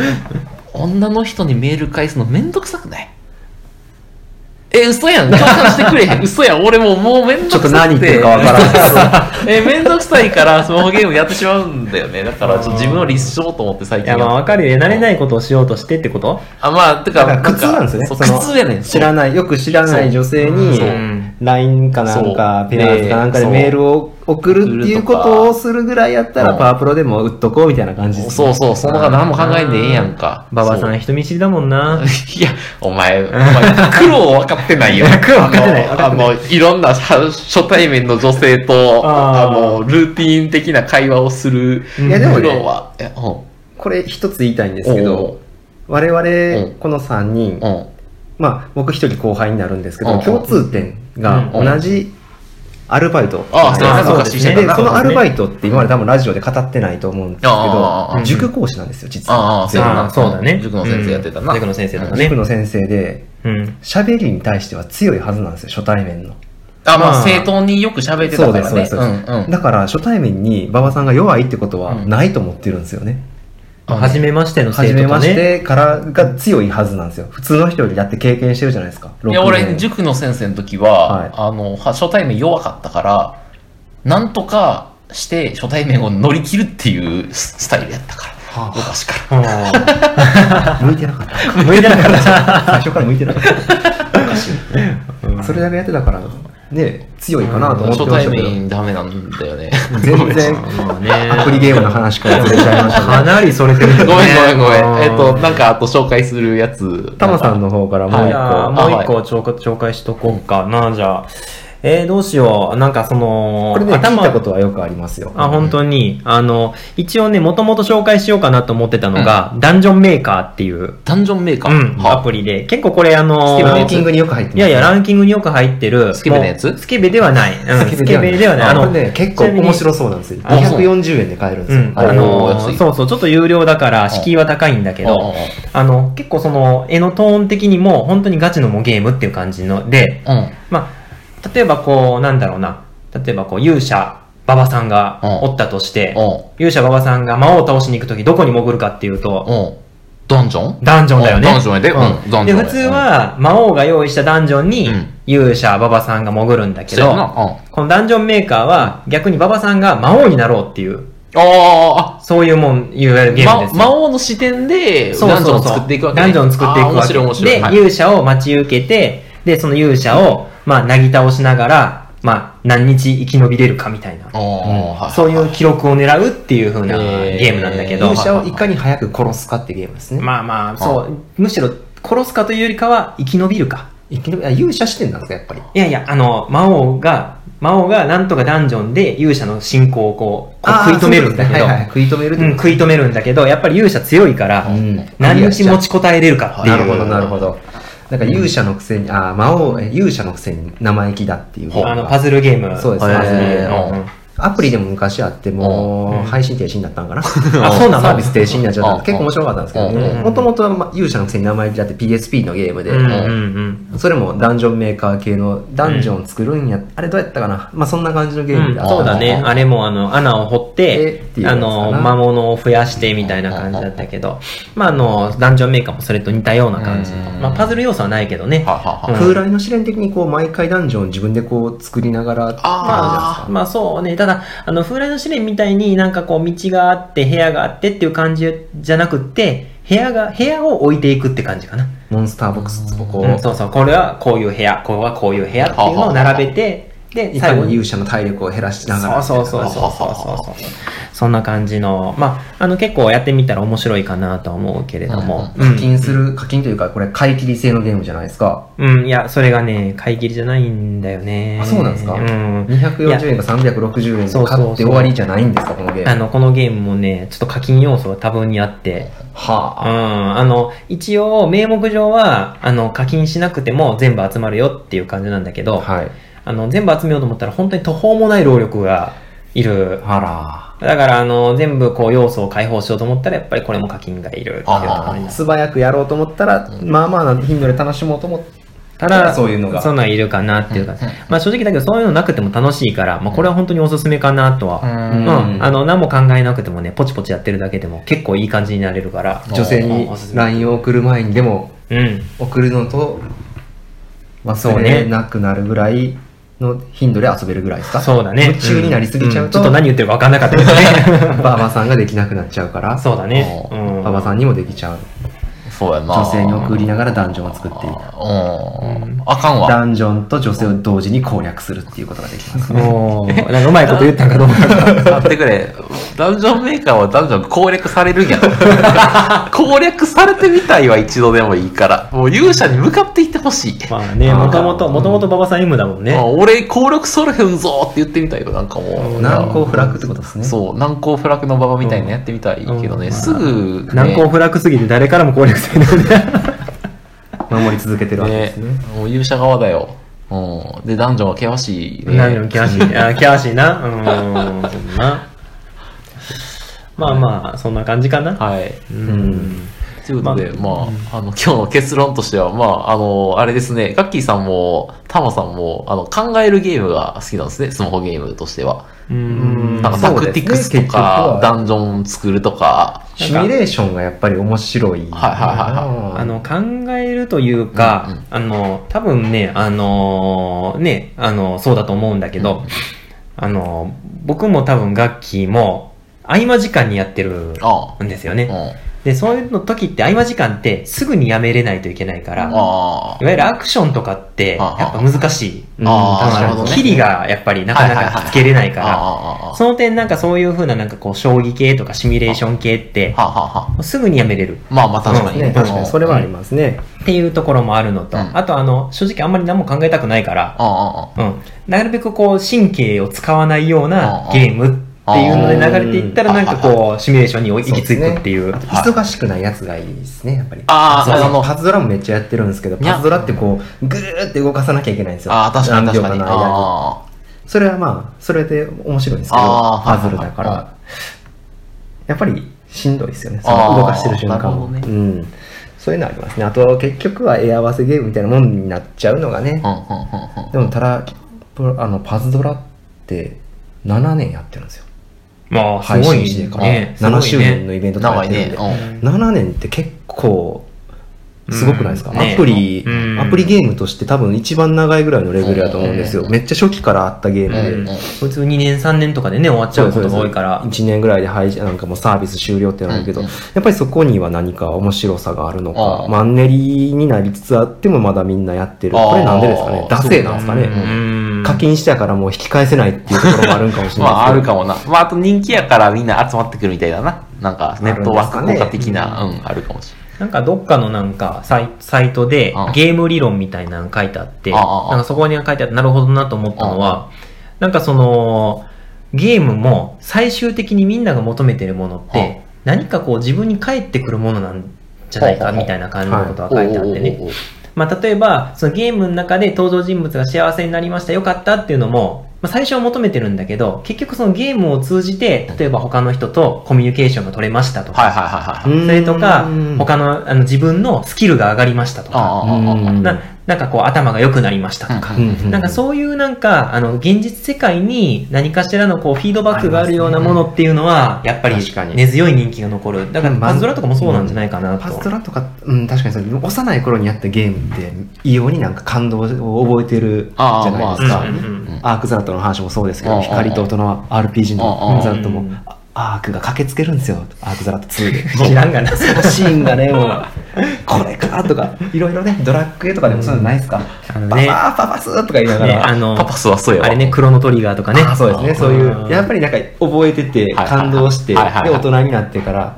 [SPEAKER 1] 女の人にメール返すのめんどくさくないえ、嘘やん。共感してくれへん。嘘やん。俺もうもうめん
[SPEAKER 2] ち
[SPEAKER 1] ど
[SPEAKER 2] ょっと
[SPEAKER 1] くさ
[SPEAKER 2] 何言
[SPEAKER 1] く。
[SPEAKER 2] っててるかわからない
[SPEAKER 1] えー、めんどくさいからスマホゲームやってしまうんだよね。だから、ちょっと自分を律しようと思って最
[SPEAKER 3] い
[SPEAKER 1] 近
[SPEAKER 3] やまあわかるよ。慣れないことをしようとしてってこと
[SPEAKER 1] あ、まあ、てか、
[SPEAKER 2] だから苦痛なんですよね
[SPEAKER 1] そう
[SPEAKER 2] その
[SPEAKER 1] 苦痛やねん。
[SPEAKER 2] 知らないよく知らない女性に
[SPEAKER 1] そう
[SPEAKER 2] LINE かなん
[SPEAKER 1] そ
[SPEAKER 2] か
[SPEAKER 1] う
[SPEAKER 2] ペナーズかなんかで
[SPEAKER 1] そう
[SPEAKER 2] メールを送るっていうことをするぐらいやった
[SPEAKER 1] う
[SPEAKER 2] ら
[SPEAKER 1] ん
[SPEAKER 2] パワープロでも打っとこうみたいな感じですね
[SPEAKER 1] そうそう、その他何も考えんでええやんか。
[SPEAKER 3] 馬場さん人見知りだもん な。。
[SPEAKER 1] そう。いや、お 前、お前、苦労分かってないよ
[SPEAKER 3] 苦労分かってない
[SPEAKER 1] あの、あのいろんな初初対面の女性と、
[SPEAKER 3] あ
[SPEAKER 1] あ
[SPEAKER 3] ー
[SPEAKER 1] の、ルーティン的な会話をする
[SPEAKER 3] うん
[SPEAKER 2] いやでも
[SPEAKER 1] 苦
[SPEAKER 2] ね
[SPEAKER 1] 労は、えう
[SPEAKER 2] これ一つ言いたいんですけ
[SPEAKER 1] お
[SPEAKER 2] ど
[SPEAKER 1] う
[SPEAKER 2] 我
[SPEAKER 1] うん
[SPEAKER 2] 々この3人
[SPEAKER 1] ん、うん。
[SPEAKER 2] まあ僕一人後輩になるんですけ
[SPEAKER 1] う
[SPEAKER 2] ど
[SPEAKER 1] ん
[SPEAKER 2] 共通点が
[SPEAKER 1] うん
[SPEAKER 2] 同じアルバイト
[SPEAKER 1] ああ、そう
[SPEAKER 3] ま
[SPEAKER 1] か
[SPEAKER 3] あ、
[SPEAKER 1] そうか、
[SPEAKER 3] そうです
[SPEAKER 1] し
[SPEAKER 3] ね
[SPEAKER 1] て
[SPEAKER 2] で、
[SPEAKER 1] た
[SPEAKER 2] そ
[SPEAKER 1] な。
[SPEAKER 2] のアルバイトって今まで多分ラジオで語ってないと思うんですけ
[SPEAKER 1] あ
[SPEAKER 2] ど
[SPEAKER 1] あ、
[SPEAKER 2] 塾講師なんですよ、実
[SPEAKER 1] あ
[SPEAKER 2] は
[SPEAKER 1] あ。
[SPEAKER 2] 全部
[SPEAKER 1] やな
[SPEAKER 3] あーそうだね。
[SPEAKER 1] 塾の先生やってたな
[SPEAKER 3] うん塾の先生とか
[SPEAKER 2] 塾
[SPEAKER 3] ね。
[SPEAKER 2] の先生で、
[SPEAKER 3] うん。
[SPEAKER 2] 喋りに対しては強いはずなんですよ、初対面の。
[SPEAKER 1] あ、ま
[SPEAKER 3] まあ
[SPEAKER 1] あ、正当によく喋ってたからね。
[SPEAKER 2] そうですそうです
[SPEAKER 1] んうん。
[SPEAKER 2] だから、初対面に馬場さんが弱いってことはないと思ってるんですよね。
[SPEAKER 1] あ
[SPEAKER 3] 初めましての生
[SPEAKER 2] 初
[SPEAKER 3] 徒とね。
[SPEAKER 2] めましてからが強いはずなんですよ。普通の人よりだって経験してるじゃないですか。
[SPEAKER 1] いや、
[SPEAKER 2] 六年
[SPEAKER 1] 俺、塾の先生の時は、
[SPEAKER 2] はい
[SPEAKER 1] あの、は初対面弱かったから、なんとかして初対面を乗り切るっていうススタイルやったから。
[SPEAKER 2] はあ
[SPEAKER 1] 昔から。
[SPEAKER 3] あ
[SPEAKER 2] 向いてなかった。
[SPEAKER 3] ー。向いてなかった。
[SPEAKER 2] 最初から向いてなかった。おかしい。それだけやってたから、ね、強いかなと思って
[SPEAKER 1] 初
[SPEAKER 2] ま
[SPEAKER 1] 対
[SPEAKER 2] したけど、
[SPEAKER 1] 面ダメなんだよね。
[SPEAKER 2] 全然、
[SPEAKER 3] まあね。
[SPEAKER 2] アプリゲームの話からずれちゃいましたけど
[SPEAKER 3] かなりそれてる
[SPEAKER 1] ごめんごめんごめん。えっと、
[SPEAKER 3] もう
[SPEAKER 1] なんか、あと紹介するやつ。
[SPEAKER 2] タマさんの方からも
[SPEAKER 1] は
[SPEAKER 2] う一個、
[SPEAKER 1] いあー
[SPEAKER 3] 一個紹介紹介しとこうかな、じゃあ。えー、どうしよう。なんかその、
[SPEAKER 2] これね、聞い
[SPEAKER 3] 頭
[SPEAKER 2] たことはよくありますよ。
[SPEAKER 3] あ、本当に。あの、一応ね、もともと紹介しようかなと思ってたのが、ダンジョンメーカーっていう、
[SPEAKER 1] ダンジョンメーカ
[SPEAKER 3] う
[SPEAKER 1] ー。
[SPEAKER 3] ん、ア
[SPEAKER 1] は
[SPEAKER 3] プリで、結構これあのー、
[SPEAKER 2] ランキングによく入ってます
[SPEAKER 3] いやいや、ランキングによく入ってる。
[SPEAKER 1] スケベのやつ
[SPEAKER 3] もうスケベではない。うん、
[SPEAKER 2] ス
[SPEAKER 3] スケ
[SPEAKER 2] ケ
[SPEAKER 3] ベ
[SPEAKER 2] ベ
[SPEAKER 3] ではない。
[SPEAKER 2] あ
[SPEAKER 3] あ
[SPEAKER 2] の、
[SPEAKER 3] の、
[SPEAKER 2] これね、結構
[SPEAKER 3] ちなみに
[SPEAKER 2] 面白そうなんですよ。
[SPEAKER 1] あそう
[SPEAKER 2] 240円で買えるんです
[SPEAKER 3] う
[SPEAKER 2] よ。
[SPEAKER 3] ん、
[SPEAKER 1] はい
[SPEAKER 3] あ
[SPEAKER 1] お
[SPEAKER 3] の
[SPEAKER 1] ー安い
[SPEAKER 3] そうそう、ちょっと有料だから、敷居は高いんだけ
[SPEAKER 1] ああ
[SPEAKER 3] ど、あの、結構その、絵のトーン的にも、本当にガチのもうゲームっていう感じので、
[SPEAKER 1] あうん。
[SPEAKER 3] まあ、例えばこう、なんだろうな、例えばこう、勇者、馬場さんがおったとして、
[SPEAKER 1] う
[SPEAKER 3] 勇者馬場さんが魔王を倒しに行くとき、どこに潜るかっていうと、
[SPEAKER 1] ん。うん。ダンジョン
[SPEAKER 3] ダンジョンだよね。
[SPEAKER 1] うんダンジョンやでうんダンジョンや
[SPEAKER 3] で、普通は、魔王が用意したダンジョンに
[SPEAKER 1] うん、
[SPEAKER 3] 勇者馬場さんが潜るんだけ
[SPEAKER 1] そう
[SPEAKER 3] ど、
[SPEAKER 1] やな。うん。
[SPEAKER 3] このダンジョンメーカーは、逆に馬場さんが魔王になろうっていう、
[SPEAKER 1] ああ、あ、
[SPEAKER 3] そういうもん、いわゆるゲーム
[SPEAKER 1] ま
[SPEAKER 3] ですよ。
[SPEAKER 1] 魔王の視点で、
[SPEAKER 3] そう
[SPEAKER 1] ダンジョン
[SPEAKER 3] そう
[SPEAKER 1] を
[SPEAKER 3] そう
[SPEAKER 1] 作っていくわけね。
[SPEAKER 3] ダンジョンを作っていくわけ。
[SPEAKER 1] あー面白い面白い。
[SPEAKER 3] で、
[SPEAKER 1] はい
[SPEAKER 3] 勇者を待ち受けて、で、その勇者を、まあ、なぎ倒しながら、まあ、何日生き延びれるかみたいな。
[SPEAKER 1] あーはい
[SPEAKER 3] そういう記録を狙うっていう風な
[SPEAKER 1] へー
[SPEAKER 3] ゲームなんだけど
[SPEAKER 2] 勇、者をいかに早く殺すかってゲームですね。
[SPEAKER 3] まあまあ、そう、むしろ殺すかというよりかは生き延びるか。
[SPEAKER 2] 生きるあ勇者視点なんですか、やっぱり。
[SPEAKER 3] いやいや、あの、魔王が、魔王がなんとかダンジョンで勇者の進行をこう、こう食い止めるんだけど、
[SPEAKER 2] はいはい、食い止める
[SPEAKER 3] うん、食い止めるんだけど、やっぱり勇者強いから、
[SPEAKER 2] うん
[SPEAKER 3] 何日持ちこたえれるかっていう。
[SPEAKER 2] なるほど、なるほど。なんか勇者のくせに、あー、魔王、え勇者のくせに生意気だっていうゲームが。
[SPEAKER 3] あの、パズルゲーム。
[SPEAKER 2] そうです
[SPEAKER 3] パ
[SPEAKER 2] ね
[SPEAKER 3] ズルゲー
[SPEAKER 1] へ
[SPEAKER 3] ム
[SPEAKER 1] ー
[SPEAKER 3] うん
[SPEAKER 2] アプリでも昔あって、もう、配信停止になったんかな。
[SPEAKER 3] あそうな の
[SPEAKER 2] サービス停止になっちゃったんです。
[SPEAKER 1] うん
[SPEAKER 2] 結構面白かったんですけど
[SPEAKER 1] う
[SPEAKER 2] ね。もともとはまあ勇者のくせに生意気だって PSP のゲームで、
[SPEAKER 3] うんうん
[SPEAKER 2] それもダンジョンメーカー系のダンジョン作るんや、あれどうやったかなまあそんな感じのゲ
[SPEAKER 3] う
[SPEAKER 2] ーム
[SPEAKER 3] ん
[SPEAKER 2] で、あった
[SPEAKER 3] そうだね。
[SPEAKER 1] あ
[SPEAKER 3] あれも、あの、穴を掘っ
[SPEAKER 2] え
[SPEAKER 3] て
[SPEAKER 2] ってい、うや
[SPEAKER 3] あ
[SPEAKER 2] つかな
[SPEAKER 3] の、魔物を増やしてみたいな感じだったけど、まあ、あの、ダンジョンメーカーもそれと似たような感じ。
[SPEAKER 1] うん
[SPEAKER 3] まあ、パズル要素はないけどね。
[SPEAKER 1] ははは
[SPEAKER 3] うん
[SPEAKER 2] 空来の試練的にこう毎回ダンジョンを自分でこう作りながらって感じなんですか
[SPEAKER 3] まあそうね。ただ、あの、風来の試練みたいになんかこう、道があって、部屋があってっていう感じじゃなくって、部屋が、部屋を置いていくって感じかな。
[SPEAKER 2] モンスターボックスをこ
[SPEAKER 3] うん、
[SPEAKER 2] う、
[SPEAKER 3] そうそう。これはこういう部屋、これはこういう部屋っていうのを並べて、で、
[SPEAKER 2] いか
[SPEAKER 3] 最
[SPEAKER 2] に
[SPEAKER 3] 後に
[SPEAKER 2] 勇者の体力を減らしながら。
[SPEAKER 3] そうそうそうそうそうそうそうそんな感じのまああの結構やってみたら面白いかなとは思うけれどもう
[SPEAKER 2] 課
[SPEAKER 3] ん、
[SPEAKER 2] 金する、課金というか、これ買い切り制のゲームじゃないですか。
[SPEAKER 3] うん、いやそれがね買い切りじゃないんだよね
[SPEAKER 2] あそうなんですか
[SPEAKER 3] うん
[SPEAKER 2] 240円か360円で
[SPEAKER 3] そうそうそう
[SPEAKER 2] 買って終わりじゃないんですか、このゲ
[SPEAKER 3] あ
[SPEAKER 2] ーム。
[SPEAKER 3] のこのゲームもねちょっと課金要素が多分にあってうん
[SPEAKER 2] はあ。
[SPEAKER 3] あの一応名目上はあの課金しなくても全部集まるよっていう感じなんだけど、
[SPEAKER 2] はい。
[SPEAKER 3] あの全部集めようと思ったら本当に途方もない労力がいる
[SPEAKER 2] あ
[SPEAKER 3] だから、あの、全部こう要素を解放しようと思ったら、やっぱりこれも課金がいるっていうところにな
[SPEAKER 2] ら。
[SPEAKER 3] る
[SPEAKER 2] 素早くやろうと思ったら、まあまあな頻度で楽しもうと思った
[SPEAKER 3] た
[SPEAKER 2] ら、
[SPEAKER 3] だ、
[SPEAKER 2] そういうのが。
[SPEAKER 3] そんなんいるかなっていうか、まあ正直だけど、そういうのなくても楽しいから、まあこれは本当におすすめかなとは。
[SPEAKER 1] うん
[SPEAKER 3] うんあの、何も考えなくてもね、ポチポチやってるだけでも結構いい感じになれるから。
[SPEAKER 2] 女性に LINE を送る前にでも
[SPEAKER 3] うん。
[SPEAKER 2] 送るのと忘れなくなるぐらいの頻度で遊べるぐらいですか
[SPEAKER 3] そうだね。
[SPEAKER 2] 夢中になりすぎちゃうと、
[SPEAKER 3] んんちょっと何言ってるか分かんなかったけどね。
[SPEAKER 2] ババさんができなくなっちゃうから
[SPEAKER 3] そうだね。
[SPEAKER 1] う
[SPEAKER 2] ババさんにもできちゃう
[SPEAKER 1] そうやな。
[SPEAKER 2] 女性に送りながらダンジョンを作っていく
[SPEAKER 1] うん。あかんわ。
[SPEAKER 2] ダンジョンと女性を同時に攻略するっていうことができます
[SPEAKER 3] うん。もう、なんかうまいこと言ったんかどうか。
[SPEAKER 1] 待ってくれ。ダンジョンメーカーはダンジョン攻略されるんやろ。攻略されてみたいは一度でもいいから。もう勇者に向かっていってほしい。
[SPEAKER 3] まあね、もともと、もともと馬場さん M だもんね。
[SPEAKER 1] あ俺、攻略されへんぞって言ってみたいよ、なんかもう。
[SPEAKER 2] 難攻不落ってことですね
[SPEAKER 1] そう、難攻不落の馬場みたいなのやってみたいけどね、すぐ、ね、
[SPEAKER 3] 難攻不落すぎて誰からも攻略されない
[SPEAKER 2] 守り続けてるわけで
[SPEAKER 1] ね
[SPEAKER 2] すね、
[SPEAKER 1] もう勇者側だよ。うん。で、ダンジョンは険しいね。
[SPEAKER 3] 何でも険しいね。 あ、険しいな。 うーん、そんな。まあまあ、そんな感じかな。
[SPEAKER 1] はい。
[SPEAKER 3] うん。
[SPEAKER 1] ということで、まあ、あの、今日の結論としては、まあ、あの、あれですね、ガッキーさんも、タマさんも、あの、考えるゲームが好きなんですね、スマホゲームとしては。
[SPEAKER 3] うん。
[SPEAKER 1] なんか、タクティクスと
[SPEAKER 2] そうですね結局
[SPEAKER 1] か
[SPEAKER 2] は、
[SPEAKER 1] ダンジョン作るとか、
[SPEAKER 2] シミュレーションがやっぱり面白いはい
[SPEAKER 1] はいは
[SPEAKER 3] あの、考えるというか、
[SPEAKER 1] うんうん
[SPEAKER 3] あの、多分ね、あのーね、あの、そうだと思うんだけど、あの、僕も多分楽器も、合間時間にやってる
[SPEAKER 1] ああ
[SPEAKER 3] んですよ
[SPEAKER 1] うん。
[SPEAKER 3] ね。
[SPEAKER 1] あ
[SPEAKER 3] で、そういうの時って合間時間ってすぐにやめれないといけないから、
[SPEAKER 1] あ
[SPEAKER 3] い。わゆるアクションとかって、
[SPEAKER 1] ああ
[SPEAKER 3] やっぱ難しい。
[SPEAKER 2] うん
[SPEAKER 1] あー
[SPEAKER 2] 確か
[SPEAKER 1] な
[SPEAKER 2] に
[SPEAKER 1] るほどね
[SPEAKER 3] キリがやっぱりなかなかつけれないか
[SPEAKER 1] ああ
[SPEAKER 3] ら、
[SPEAKER 1] あああ
[SPEAKER 3] その点なんかそういう風ななんかこう、将棋系とかシミュレーション系って、
[SPEAKER 1] はあはあはあ
[SPEAKER 3] すぐにやめれる
[SPEAKER 1] まあまあ確かに
[SPEAKER 2] ね、確かに、それはありますね。
[SPEAKER 3] っていうところもあるのと、
[SPEAKER 1] うん
[SPEAKER 3] あとあの、正直あんまり何も考えたくないから、
[SPEAKER 1] あああ
[SPEAKER 3] うん。なるべくこう、神経を使わないよう
[SPEAKER 1] うん
[SPEAKER 3] なゲームっていうので流れていったら、
[SPEAKER 1] うん
[SPEAKER 3] なんかこう、シミュレーションに行き着くっていう。
[SPEAKER 2] あと忙しくないやつがいいですね、やっぱり。
[SPEAKER 1] あー
[SPEAKER 2] そ
[SPEAKER 1] あ
[SPEAKER 2] う
[SPEAKER 1] の
[SPEAKER 2] パズドラもめっちゃやってるんですけど、
[SPEAKER 1] いや
[SPEAKER 2] パズドラってこう、ぐるーって動かさなきゃいけないんですよ。
[SPEAKER 1] あああ確かに
[SPEAKER 2] 何
[SPEAKER 1] 確
[SPEAKER 2] 秒
[SPEAKER 1] かに
[SPEAKER 2] の間に
[SPEAKER 1] あ
[SPEAKER 2] それはまあ、それで面白いんですけど、
[SPEAKER 1] あー
[SPEAKER 2] パズルだか
[SPEAKER 1] はいはい
[SPEAKER 2] ら。やっぱりしんどいですよね、そ
[SPEAKER 1] あー
[SPEAKER 2] の動かしてる瞬間も。
[SPEAKER 1] なるほど
[SPEAKER 2] うん。そういうのありますね。あと、結局は絵合わせゲームみたいなもんになっちゃうのがね
[SPEAKER 1] あ。うんうんうんうん
[SPEAKER 2] でも、ただ、プあの、パズドラって7年やってるんですよ。
[SPEAKER 3] まあ、す
[SPEAKER 2] 配
[SPEAKER 3] ご
[SPEAKER 2] 信
[SPEAKER 3] い
[SPEAKER 2] してから。
[SPEAKER 3] ね。
[SPEAKER 2] 7周年
[SPEAKER 3] の。
[SPEAKER 2] のイベントとかや
[SPEAKER 1] 長い
[SPEAKER 2] ってるん
[SPEAKER 1] ね
[SPEAKER 2] で。
[SPEAKER 1] うん
[SPEAKER 2] 7年って結構すごくないですか、
[SPEAKER 3] うんね
[SPEAKER 2] アプリ、
[SPEAKER 3] うん
[SPEAKER 2] アプリゲームとして多分一番長いぐらいのレベルだと思うんですよ、
[SPEAKER 1] う
[SPEAKER 2] めっちゃ初期からあったゲームで、
[SPEAKER 1] うんうん
[SPEAKER 3] 普通2年3年とかでね、終わっちゃうことが多いから。
[SPEAKER 2] 1年ぐらいで廃止なんかもうサービス終了ってなるけど、
[SPEAKER 1] うんうん
[SPEAKER 2] やっぱりそこには何か面白さがあるのか、
[SPEAKER 1] ああ
[SPEAKER 2] マンネリになりつつあってもまだみんなやってる
[SPEAKER 1] ああ
[SPEAKER 2] これなんでですかね惰性なんですかね、
[SPEAKER 3] うん
[SPEAKER 2] 課金したからもう引き返せないっていうところもあるんかもしれ
[SPEAKER 1] まあ、
[SPEAKER 2] な
[SPEAKER 1] あ
[SPEAKER 2] い
[SPEAKER 1] る
[SPEAKER 2] ですけど、
[SPEAKER 1] かもな。まあ、あと人気やからみんな集まってくるみたいだな。なんか、ネットワーク効果的な、
[SPEAKER 2] あ
[SPEAKER 1] うん、あるかもし
[SPEAKER 3] なんかどっかのなんかサイサイトで
[SPEAKER 1] うん
[SPEAKER 3] ゲーム理論みたいなの書いてあって、
[SPEAKER 1] あああ
[SPEAKER 3] なんかそこに書いてあって、なるほどなと思ったのは、なんかその、ゲームも最終的にみんなが求めてるものっ
[SPEAKER 1] うん
[SPEAKER 3] て、何かこう自分に返ってくるものなんじゃないかみたいな感じのことが
[SPEAKER 1] れない。
[SPEAKER 3] 書いてあってね。
[SPEAKER 1] おうおうおう
[SPEAKER 3] まあ例えば、そのゲームの中で登場人物が幸せになりました、よかったっていうのも、まあ最初は求めてるんだけど、結局そのゲームを通じて、例えば他の人とコミュニケーションが取れましたとか、
[SPEAKER 1] はいはいはいはい。
[SPEAKER 2] うん
[SPEAKER 3] それとか
[SPEAKER 2] うん、
[SPEAKER 3] 他のあの自分のスキルが上がりましたとか、
[SPEAKER 1] ああ、ああ、あ
[SPEAKER 3] ななんかこう頭が良くなりましたとか、
[SPEAKER 1] あ。
[SPEAKER 2] う
[SPEAKER 1] うん
[SPEAKER 2] うんん
[SPEAKER 3] なんかそういうなんか、あの、現実世界に何かしらのこう、フィードバックがあるようなものっていうのは、やっぱり
[SPEAKER 2] 確かに
[SPEAKER 3] 根強い人気が残る。だから、
[SPEAKER 2] うん
[SPEAKER 3] パズドラとかもそうなんじゃないかな
[SPEAKER 2] パズ
[SPEAKER 3] と
[SPEAKER 2] ド。ラとか、うん、確かにそう幼い頃にやったゲームって異様になんか感動を覚えてるじ
[SPEAKER 1] あー
[SPEAKER 2] ゃない
[SPEAKER 3] うん
[SPEAKER 2] ですか、
[SPEAKER 3] うんうん
[SPEAKER 1] うん
[SPEAKER 2] アークザラットの話もそうですけ
[SPEAKER 1] うん
[SPEAKER 2] ど光と大人は RPG
[SPEAKER 1] うん
[SPEAKER 2] のザラットも、
[SPEAKER 3] うん
[SPEAKER 2] あアークが駆けつけるんですよアークザラット2で
[SPEAKER 3] 知らんがな。
[SPEAKER 2] そのシーンがねもうこれかとかいろいろねドラッグエとかでもそういうのないですか、
[SPEAKER 3] あの
[SPEAKER 2] パ
[SPEAKER 3] ね
[SPEAKER 2] パパパスーとか言いなが
[SPEAKER 3] ね、
[SPEAKER 2] ら、
[SPEAKER 3] あの、
[SPEAKER 1] パパスはそうやわ
[SPEAKER 3] あれね、クロノトリガーとかね。
[SPEAKER 2] あそうですねそういうやっぱ
[SPEAKER 3] り、
[SPEAKER 2] りなんか覚えてて
[SPEAKER 1] はいはい
[SPEAKER 2] 感動してで
[SPEAKER 1] はいはいは
[SPEAKER 2] 大
[SPEAKER 1] い
[SPEAKER 2] 人になってから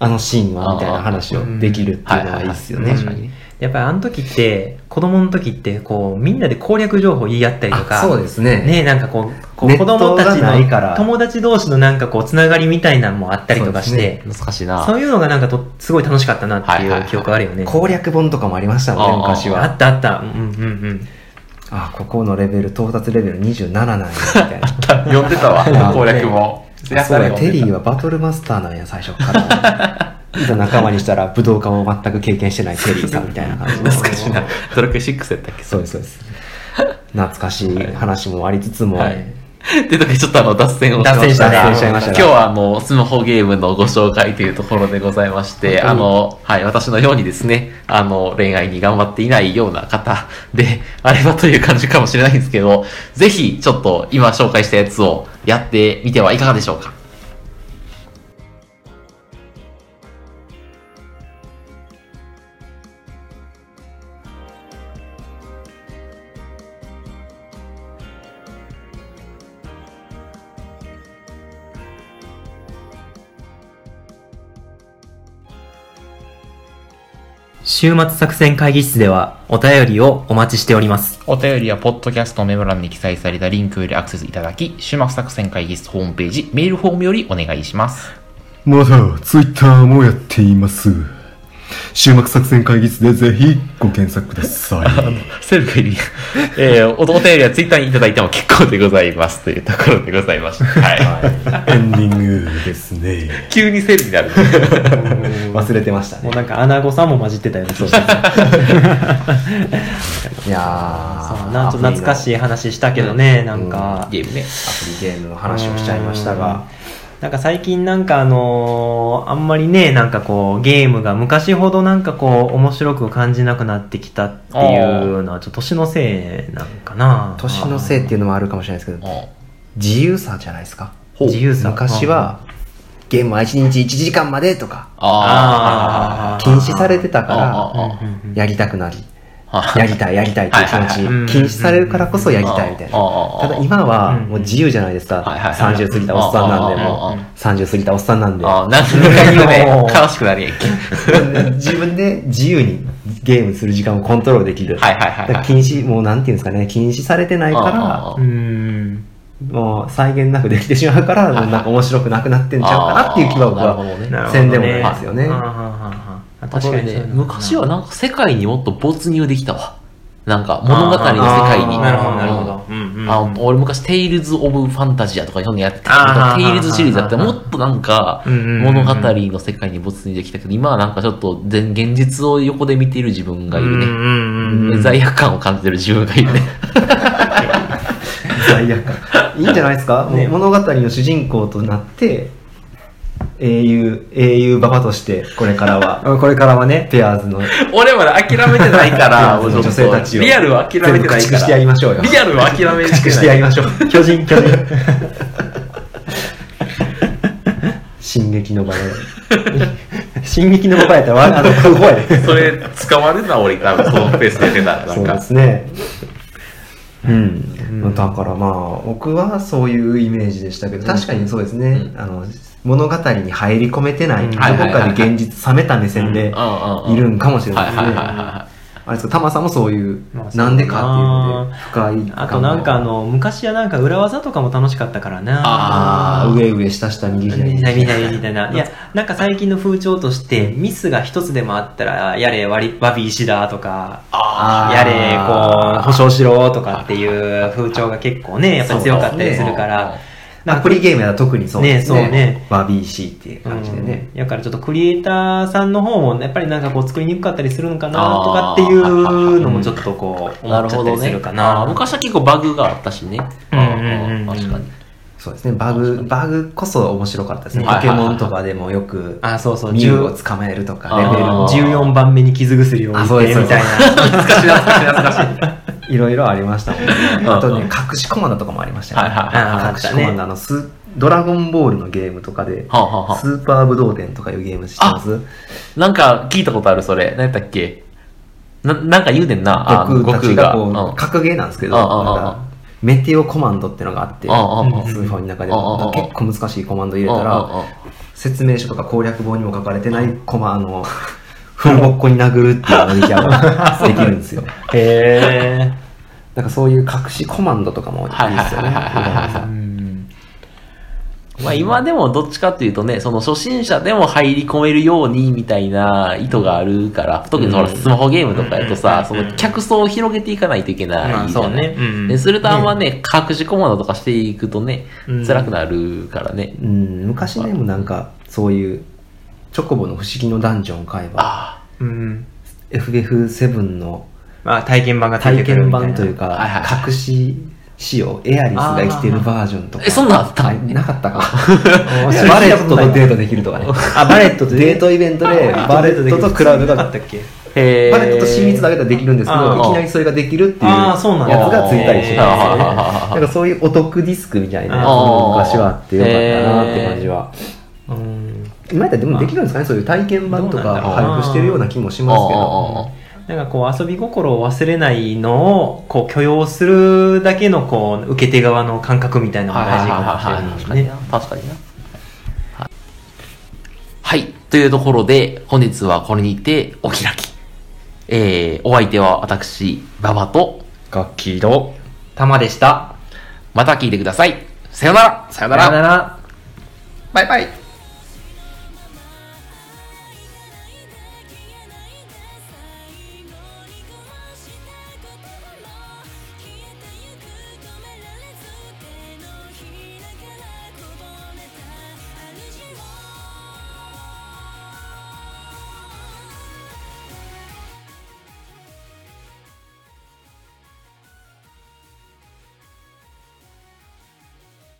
[SPEAKER 2] あのシーンはみたいな話
[SPEAKER 3] あー
[SPEAKER 2] をできるっていうのはいいですよね、
[SPEAKER 3] はいはいはいやっぱりあの時って、子供の時って、こう、みんなで攻略情報言い合ったりとか、
[SPEAKER 2] あそうですね
[SPEAKER 3] ね、なんかこう、こう
[SPEAKER 2] ネッ
[SPEAKER 3] 子
[SPEAKER 2] トが
[SPEAKER 3] 供たち
[SPEAKER 2] ないから
[SPEAKER 3] の、友達同士のなんかこう、つながりみたいなのもあったりとかし
[SPEAKER 2] そう
[SPEAKER 3] て
[SPEAKER 2] で、
[SPEAKER 1] 難しい
[SPEAKER 3] そう
[SPEAKER 1] な。
[SPEAKER 3] いうのがなんかと、すごい楽しかったなって
[SPEAKER 1] はいはい
[SPEAKER 3] い
[SPEAKER 1] は
[SPEAKER 3] う
[SPEAKER 1] い
[SPEAKER 3] 記憶があるよね。
[SPEAKER 2] 攻略本とかもありましたもんね
[SPEAKER 1] あー
[SPEAKER 2] 昔
[SPEAKER 3] あ
[SPEAKER 2] は
[SPEAKER 3] ったあった。うんうんうん。
[SPEAKER 2] あここのレベル到達レベル27なんやみたいな
[SPEAKER 1] 呼んでたわ、攻略も。
[SPEAKER 2] あそうやテリー
[SPEAKER 1] は。
[SPEAKER 2] はバトルマスターなんや最初からいざ仲間にしたら武道家も全く経験してないテリーさんみたいな感 じ
[SPEAKER 1] 懐かしいな。ドラクエ6やったっけ
[SPEAKER 2] そうですそうです懐かしい話もありつつも、
[SPEAKER 1] はいっていうとこでちょっとあの脱線を
[SPEAKER 3] 脱線した
[SPEAKER 1] ね
[SPEAKER 3] ね
[SPEAKER 2] 脱線しちゃいましたね
[SPEAKER 1] 今日はあのスマホゲームのご紹介というところでございまして、あの、はい、私のようにですね、あの、恋愛に頑張っていないような方であればという感じかもしれないんですけど、ぜひちょっと今紹介したやつをやってみてはいかがでしょうか。
[SPEAKER 3] 週末作戦会議室では、お便りをお待ちしております。
[SPEAKER 1] お便りは、ポッドキャストのメモ欄に記載されたリンクよりアクセスいただき、週末作戦会議室ホームページ、メールフォームよりお願いします。
[SPEAKER 4] まだツイッターもやっています。終幕作戦会議室でぜひご検索ください。
[SPEAKER 1] セルフに、えー、おお便りはツイッターにいただいても結構でございますというところでございました。はい。
[SPEAKER 4] エンディングですね。
[SPEAKER 1] 急にセルになる。
[SPEAKER 2] 忘れてましたね
[SPEAKER 3] もうなんか、アナゴさんも混じってたよね。そう
[SPEAKER 2] いや
[SPEAKER 3] なんと懐かし
[SPEAKER 2] い
[SPEAKER 3] い話したけどね、なんか。
[SPEAKER 1] ゲームね。
[SPEAKER 2] アプリゲームの話をしちゃいましたが
[SPEAKER 3] なんか最近なんかあのーあんまりね、なんかこう、ゲームが昔ほどなんかこう、面白く感じなくなってきたっていうのは、ちょっと年のせいなんかな。
[SPEAKER 2] 年のせいっていうのもあるかもしれないですけど自由さじゃないですか
[SPEAKER 3] 自由さ。
[SPEAKER 2] 昔はゲームは1日1時間までとか
[SPEAKER 1] あ
[SPEAKER 3] あー、
[SPEAKER 2] 禁止されてたか
[SPEAKER 1] あ
[SPEAKER 2] ら
[SPEAKER 1] ー
[SPEAKER 3] うんうんうん
[SPEAKER 2] やりたくなり
[SPEAKER 1] はい
[SPEAKER 2] やりたい、やりたいっていう気
[SPEAKER 1] はいはいはい
[SPEAKER 3] うん
[SPEAKER 2] 持ち、禁止されるからこそやりたいみたい
[SPEAKER 1] あ
[SPEAKER 2] な。
[SPEAKER 1] ああ
[SPEAKER 2] ただ今は
[SPEAKER 3] うん
[SPEAKER 2] もう自由じゃないです
[SPEAKER 1] は
[SPEAKER 2] か。
[SPEAKER 1] いはいはい
[SPEAKER 2] 30過ぎたおっさんなんで、
[SPEAKER 1] ああああ
[SPEAKER 2] も
[SPEAKER 1] あ
[SPEAKER 2] う30過ぎたおっさんなんで。
[SPEAKER 1] ああ、なんか言うね
[SPEAKER 2] も、う
[SPEAKER 1] 悲しくなりやんけ。
[SPEAKER 2] 自分で自由にゲームする時間をコントロールできる。
[SPEAKER 1] はいはいはい
[SPEAKER 2] だか
[SPEAKER 1] は
[SPEAKER 2] ら
[SPEAKER 1] い。
[SPEAKER 2] 禁止、もうなんていうんですかね、禁止されてないから、
[SPEAKER 1] うん
[SPEAKER 3] ん。
[SPEAKER 2] もう再現なくできてしまうか
[SPEAKER 1] は
[SPEAKER 2] ら、
[SPEAKER 1] い
[SPEAKER 2] もうなんか面白くなくなってんちゃうかなっていう気は
[SPEAKER 1] あ
[SPEAKER 2] 僕
[SPEAKER 1] あなるほ
[SPEAKER 2] は。
[SPEAKER 1] どね
[SPEAKER 3] なるほどね。
[SPEAKER 2] 宣伝もないですよね
[SPEAKER 3] はあはあはあはあ
[SPEAKER 1] 確かに
[SPEAKER 3] そう
[SPEAKER 1] ね
[SPEAKER 3] い、うのかな
[SPEAKER 1] 昔はなんか世界にもっと没入できたわ。なんか物語の世界に。
[SPEAKER 3] あーなるほど、なるほど。うんうんうん
[SPEAKER 1] あの俺昔、テイルズ・オブ・ファンタジアとかそういうのやって
[SPEAKER 3] あ
[SPEAKER 1] た
[SPEAKER 3] ー
[SPEAKER 1] けど、テイルズシリーズだって
[SPEAKER 3] は
[SPEAKER 1] も
[SPEAKER 3] はは
[SPEAKER 1] っとなんか、
[SPEAKER 3] うんうんうん
[SPEAKER 1] 物語の世界に没入できたけど、今はなんかちょっと全現実を横で見ている自分がい
[SPEAKER 3] うん
[SPEAKER 1] る
[SPEAKER 3] うんうんう
[SPEAKER 1] ね。
[SPEAKER 3] ん
[SPEAKER 1] 罪悪感を感じてる自分がいるね。
[SPEAKER 2] 罪悪感。いいんじゃないですか、もう
[SPEAKER 3] ね
[SPEAKER 2] 物語の主人公となって、英雄、英雄馬場として、これから は、
[SPEAKER 3] これからはね、
[SPEAKER 2] ペアーズの、
[SPEAKER 1] 俺まだ諦めてないか ら、
[SPEAKER 2] 女性たちを。
[SPEAKER 1] リアルは諦めてない
[SPEAKER 2] 全部駆
[SPEAKER 1] か
[SPEAKER 2] 逐してや
[SPEAKER 1] ら。
[SPEAKER 2] りましょうよ。
[SPEAKER 1] リアルは諦めて
[SPEAKER 2] 駆逐して
[SPEAKER 1] ない。
[SPEAKER 2] やりましょ う。巨人、巨人。 進撃の場 合。
[SPEAKER 3] 進撃のババやったら、あの、食う方やで。
[SPEAKER 1] それ、捕まるな、俺、多分、そのペースで出たら、な
[SPEAKER 2] そ
[SPEAKER 1] ん
[SPEAKER 2] うで
[SPEAKER 1] か。
[SPEAKER 2] すね。うん、だからまあ僕はそういうイメージでしたけど確かにそうですね、
[SPEAKER 1] う
[SPEAKER 2] あの物語に入り込めてない、
[SPEAKER 3] うん
[SPEAKER 2] どこかで現実冷めた目線でいるんかもしれないです
[SPEAKER 1] はい
[SPEAKER 2] ね
[SPEAKER 1] はいはいはい
[SPEAKER 2] あれですかタマさんもそういう、
[SPEAKER 3] まあそうだな
[SPEAKER 2] なんでかっていうので深い
[SPEAKER 3] あとなんかあの、昔はなんか裏技とかも楽しかったからな。
[SPEAKER 1] あ
[SPEAKER 2] あー上上下下右左
[SPEAKER 3] みたいな、みたいな。いや、なんか最近の風潮として、ミスが一つでもあったら、やれ、わりわび石だとか、
[SPEAKER 2] あー
[SPEAKER 3] やれ、こう、保証しろとかっていう風潮が結構ね、やっぱり強かったりするから、
[SPEAKER 2] アプリゲームは特にそうですね
[SPEAKER 3] ねそうね
[SPEAKER 2] バビーシーっていう感じでね、
[SPEAKER 3] うん。だからちょっとクリエイターさんの方も、やっぱりなんかこう作りにくかったりするのかな
[SPEAKER 1] あー
[SPEAKER 3] とかっていうのもちょっとこう、
[SPEAKER 1] な
[SPEAKER 3] 思
[SPEAKER 1] る
[SPEAKER 3] っちゃ
[SPEAKER 1] ほ
[SPEAKER 3] った
[SPEAKER 1] ど
[SPEAKER 3] りす
[SPEAKER 1] ね
[SPEAKER 3] るか。
[SPEAKER 1] あ
[SPEAKER 3] な。
[SPEAKER 1] ー昔は結構バグがあったしね。
[SPEAKER 3] うんうんうんうん
[SPEAKER 1] あー確かに。
[SPEAKER 2] そうですねバグバグこそ面白かったですね、
[SPEAKER 1] はいはいはい
[SPEAKER 2] ポケモンとかでもよく
[SPEAKER 3] あ、そうそう、
[SPEAKER 2] ミュウを
[SPEAKER 3] 10
[SPEAKER 2] 捕まえるとか
[SPEAKER 1] あ
[SPEAKER 2] レベル
[SPEAKER 1] ー
[SPEAKER 3] 14番目に傷薬を
[SPEAKER 2] あ
[SPEAKER 3] 打
[SPEAKER 2] そう
[SPEAKER 3] っ
[SPEAKER 2] です
[SPEAKER 3] てみ たいな。
[SPEAKER 1] 懐かしい懐かしい懐かし
[SPEAKER 2] いろいろありましたもんね。
[SPEAKER 1] うん
[SPEAKER 2] あとね、隠しコマンドとかもありましたよ
[SPEAKER 1] は
[SPEAKER 2] ね。
[SPEAKER 1] い
[SPEAKER 3] はいはい
[SPEAKER 2] 隠しコマンド、あの、ス、ドラゴンボールのゲームとかで
[SPEAKER 1] い。、はあはあは
[SPEAKER 2] スーパー武道伝とかいうゲーム知ってます
[SPEAKER 1] あなんか聞いたことある、それ。何やったっけな、なんか言うねんな。あ
[SPEAKER 2] 悟空たちがこ
[SPEAKER 1] うん
[SPEAKER 2] う、格ゲーなんですけど、
[SPEAKER 1] ああ
[SPEAKER 2] なん
[SPEAKER 1] ああ
[SPEAKER 2] かメテオコマンドってのがあって、
[SPEAKER 1] ああああ
[SPEAKER 2] スーファミの中で
[SPEAKER 1] ああああ
[SPEAKER 2] も結構難しいコマンド入れた
[SPEAKER 1] うんうん
[SPEAKER 2] ら、
[SPEAKER 1] うん
[SPEAKER 2] 説明書とか攻略本にも書かれてないコマ、あの、ふんぼっこに殴るっていうのができあできるんですよ。
[SPEAKER 3] へ
[SPEAKER 2] なんかそういう隠しコマンドとかもいいですよね。
[SPEAKER 1] はいはいはいはいはい
[SPEAKER 3] ーうん
[SPEAKER 1] まあ今でもどっちかっていうとね、その初心者でも入り込めるようにみたいな意図があるから、特にほらスマホゲームとかやとさ、その客層を広げていかないといけないじゃ
[SPEAKER 3] ま
[SPEAKER 1] な
[SPEAKER 3] あ
[SPEAKER 1] い。
[SPEAKER 3] そうねうんうん
[SPEAKER 1] でするとあんまね、隠しコマンドとかしていくとね、
[SPEAKER 3] うん
[SPEAKER 1] 辛くなるからね。
[SPEAKER 2] うん、昔でもなんかそういうチョコボの不思議のダンジョンを買えば
[SPEAKER 1] あ
[SPEAKER 3] うん。
[SPEAKER 2] FF7 の
[SPEAKER 3] まあ体験版が
[SPEAKER 2] 体験版という
[SPEAKER 3] か。
[SPEAKER 2] か
[SPEAKER 1] はいはい
[SPEAKER 2] 隠し仕様エアリスが生きてるバージョンとか
[SPEAKER 1] あえそんなんあった
[SPEAKER 2] いなかったか
[SPEAKER 3] おそれ
[SPEAKER 2] バ
[SPEAKER 3] 聞
[SPEAKER 2] レ
[SPEAKER 3] いたこ
[SPEAKER 2] ッ
[SPEAKER 3] と
[SPEAKER 2] ト
[SPEAKER 3] ない
[SPEAKER 2] とデートできるとかね
[SPEAKER 3] あ、バレットと
[SPEAKER 2] デートイベントでバレットとクラウドが
[SPEAKER 3] あ
[SPEAKER 2] バ
[SPEAKER 3] っ
[SPEAKER 2] レ
[SPEAKER 3] たっけ
[SPEAKER 1] あ。へ
[SPEAKER 2] ットと親密だ
[SPEAKER 1] け
[SPEAKER 2] けではできるんですけ
[SPEAKER 3] あ
[SPEAKER 2] ど
[SPEAKER 1] ー
[SPEAKER 2] いきなりそれができるっていう
[SPEAKER 3] あ
[SPEAKER 2] や
[SPEAKER 3] ー
[SPEAKER 2] つ
[SPEAKER 3] そうなんだ
[SPEAKER 2] がついたりしてたんですよね
[SPEAKER 1] あー
[SPEAKER 2] なんかそういうお得ディスクみたいな
[SPEAKER 3] あ
[SPEAKER 2] の
[SPEAKER 3] ー
[SPEAKER 2] も昔はあってよかったなって感じは
[SPEAKER 3] うん。
[SPEAKER 2] 今やったらでもできるんですかねそういう体験版と
[SPEAKER 3] どう
[SPEAKER 2] か
[SPEAKER 3] なんだろうな
[SPEAKER 2] 配布してるような気もしますけど
[SPEAKER 3] なんかこう遊び心を忘れないのをこう許容するだけのこう受け手側の感覚みたいなのが大事かもしれないね。
[SPEAKER 1] 確かにな。はい。というところで、本日はこれにてお開き。えー、お相手は私、馬場と、
[SPEAKER 2] 楽器の
[SPEAKER 3] 玉でした。
[SPEAKER 1] また聞いてください。さよならさよなら
[SPEAKER 3] ら。
[SPEAKER 1] バイバイ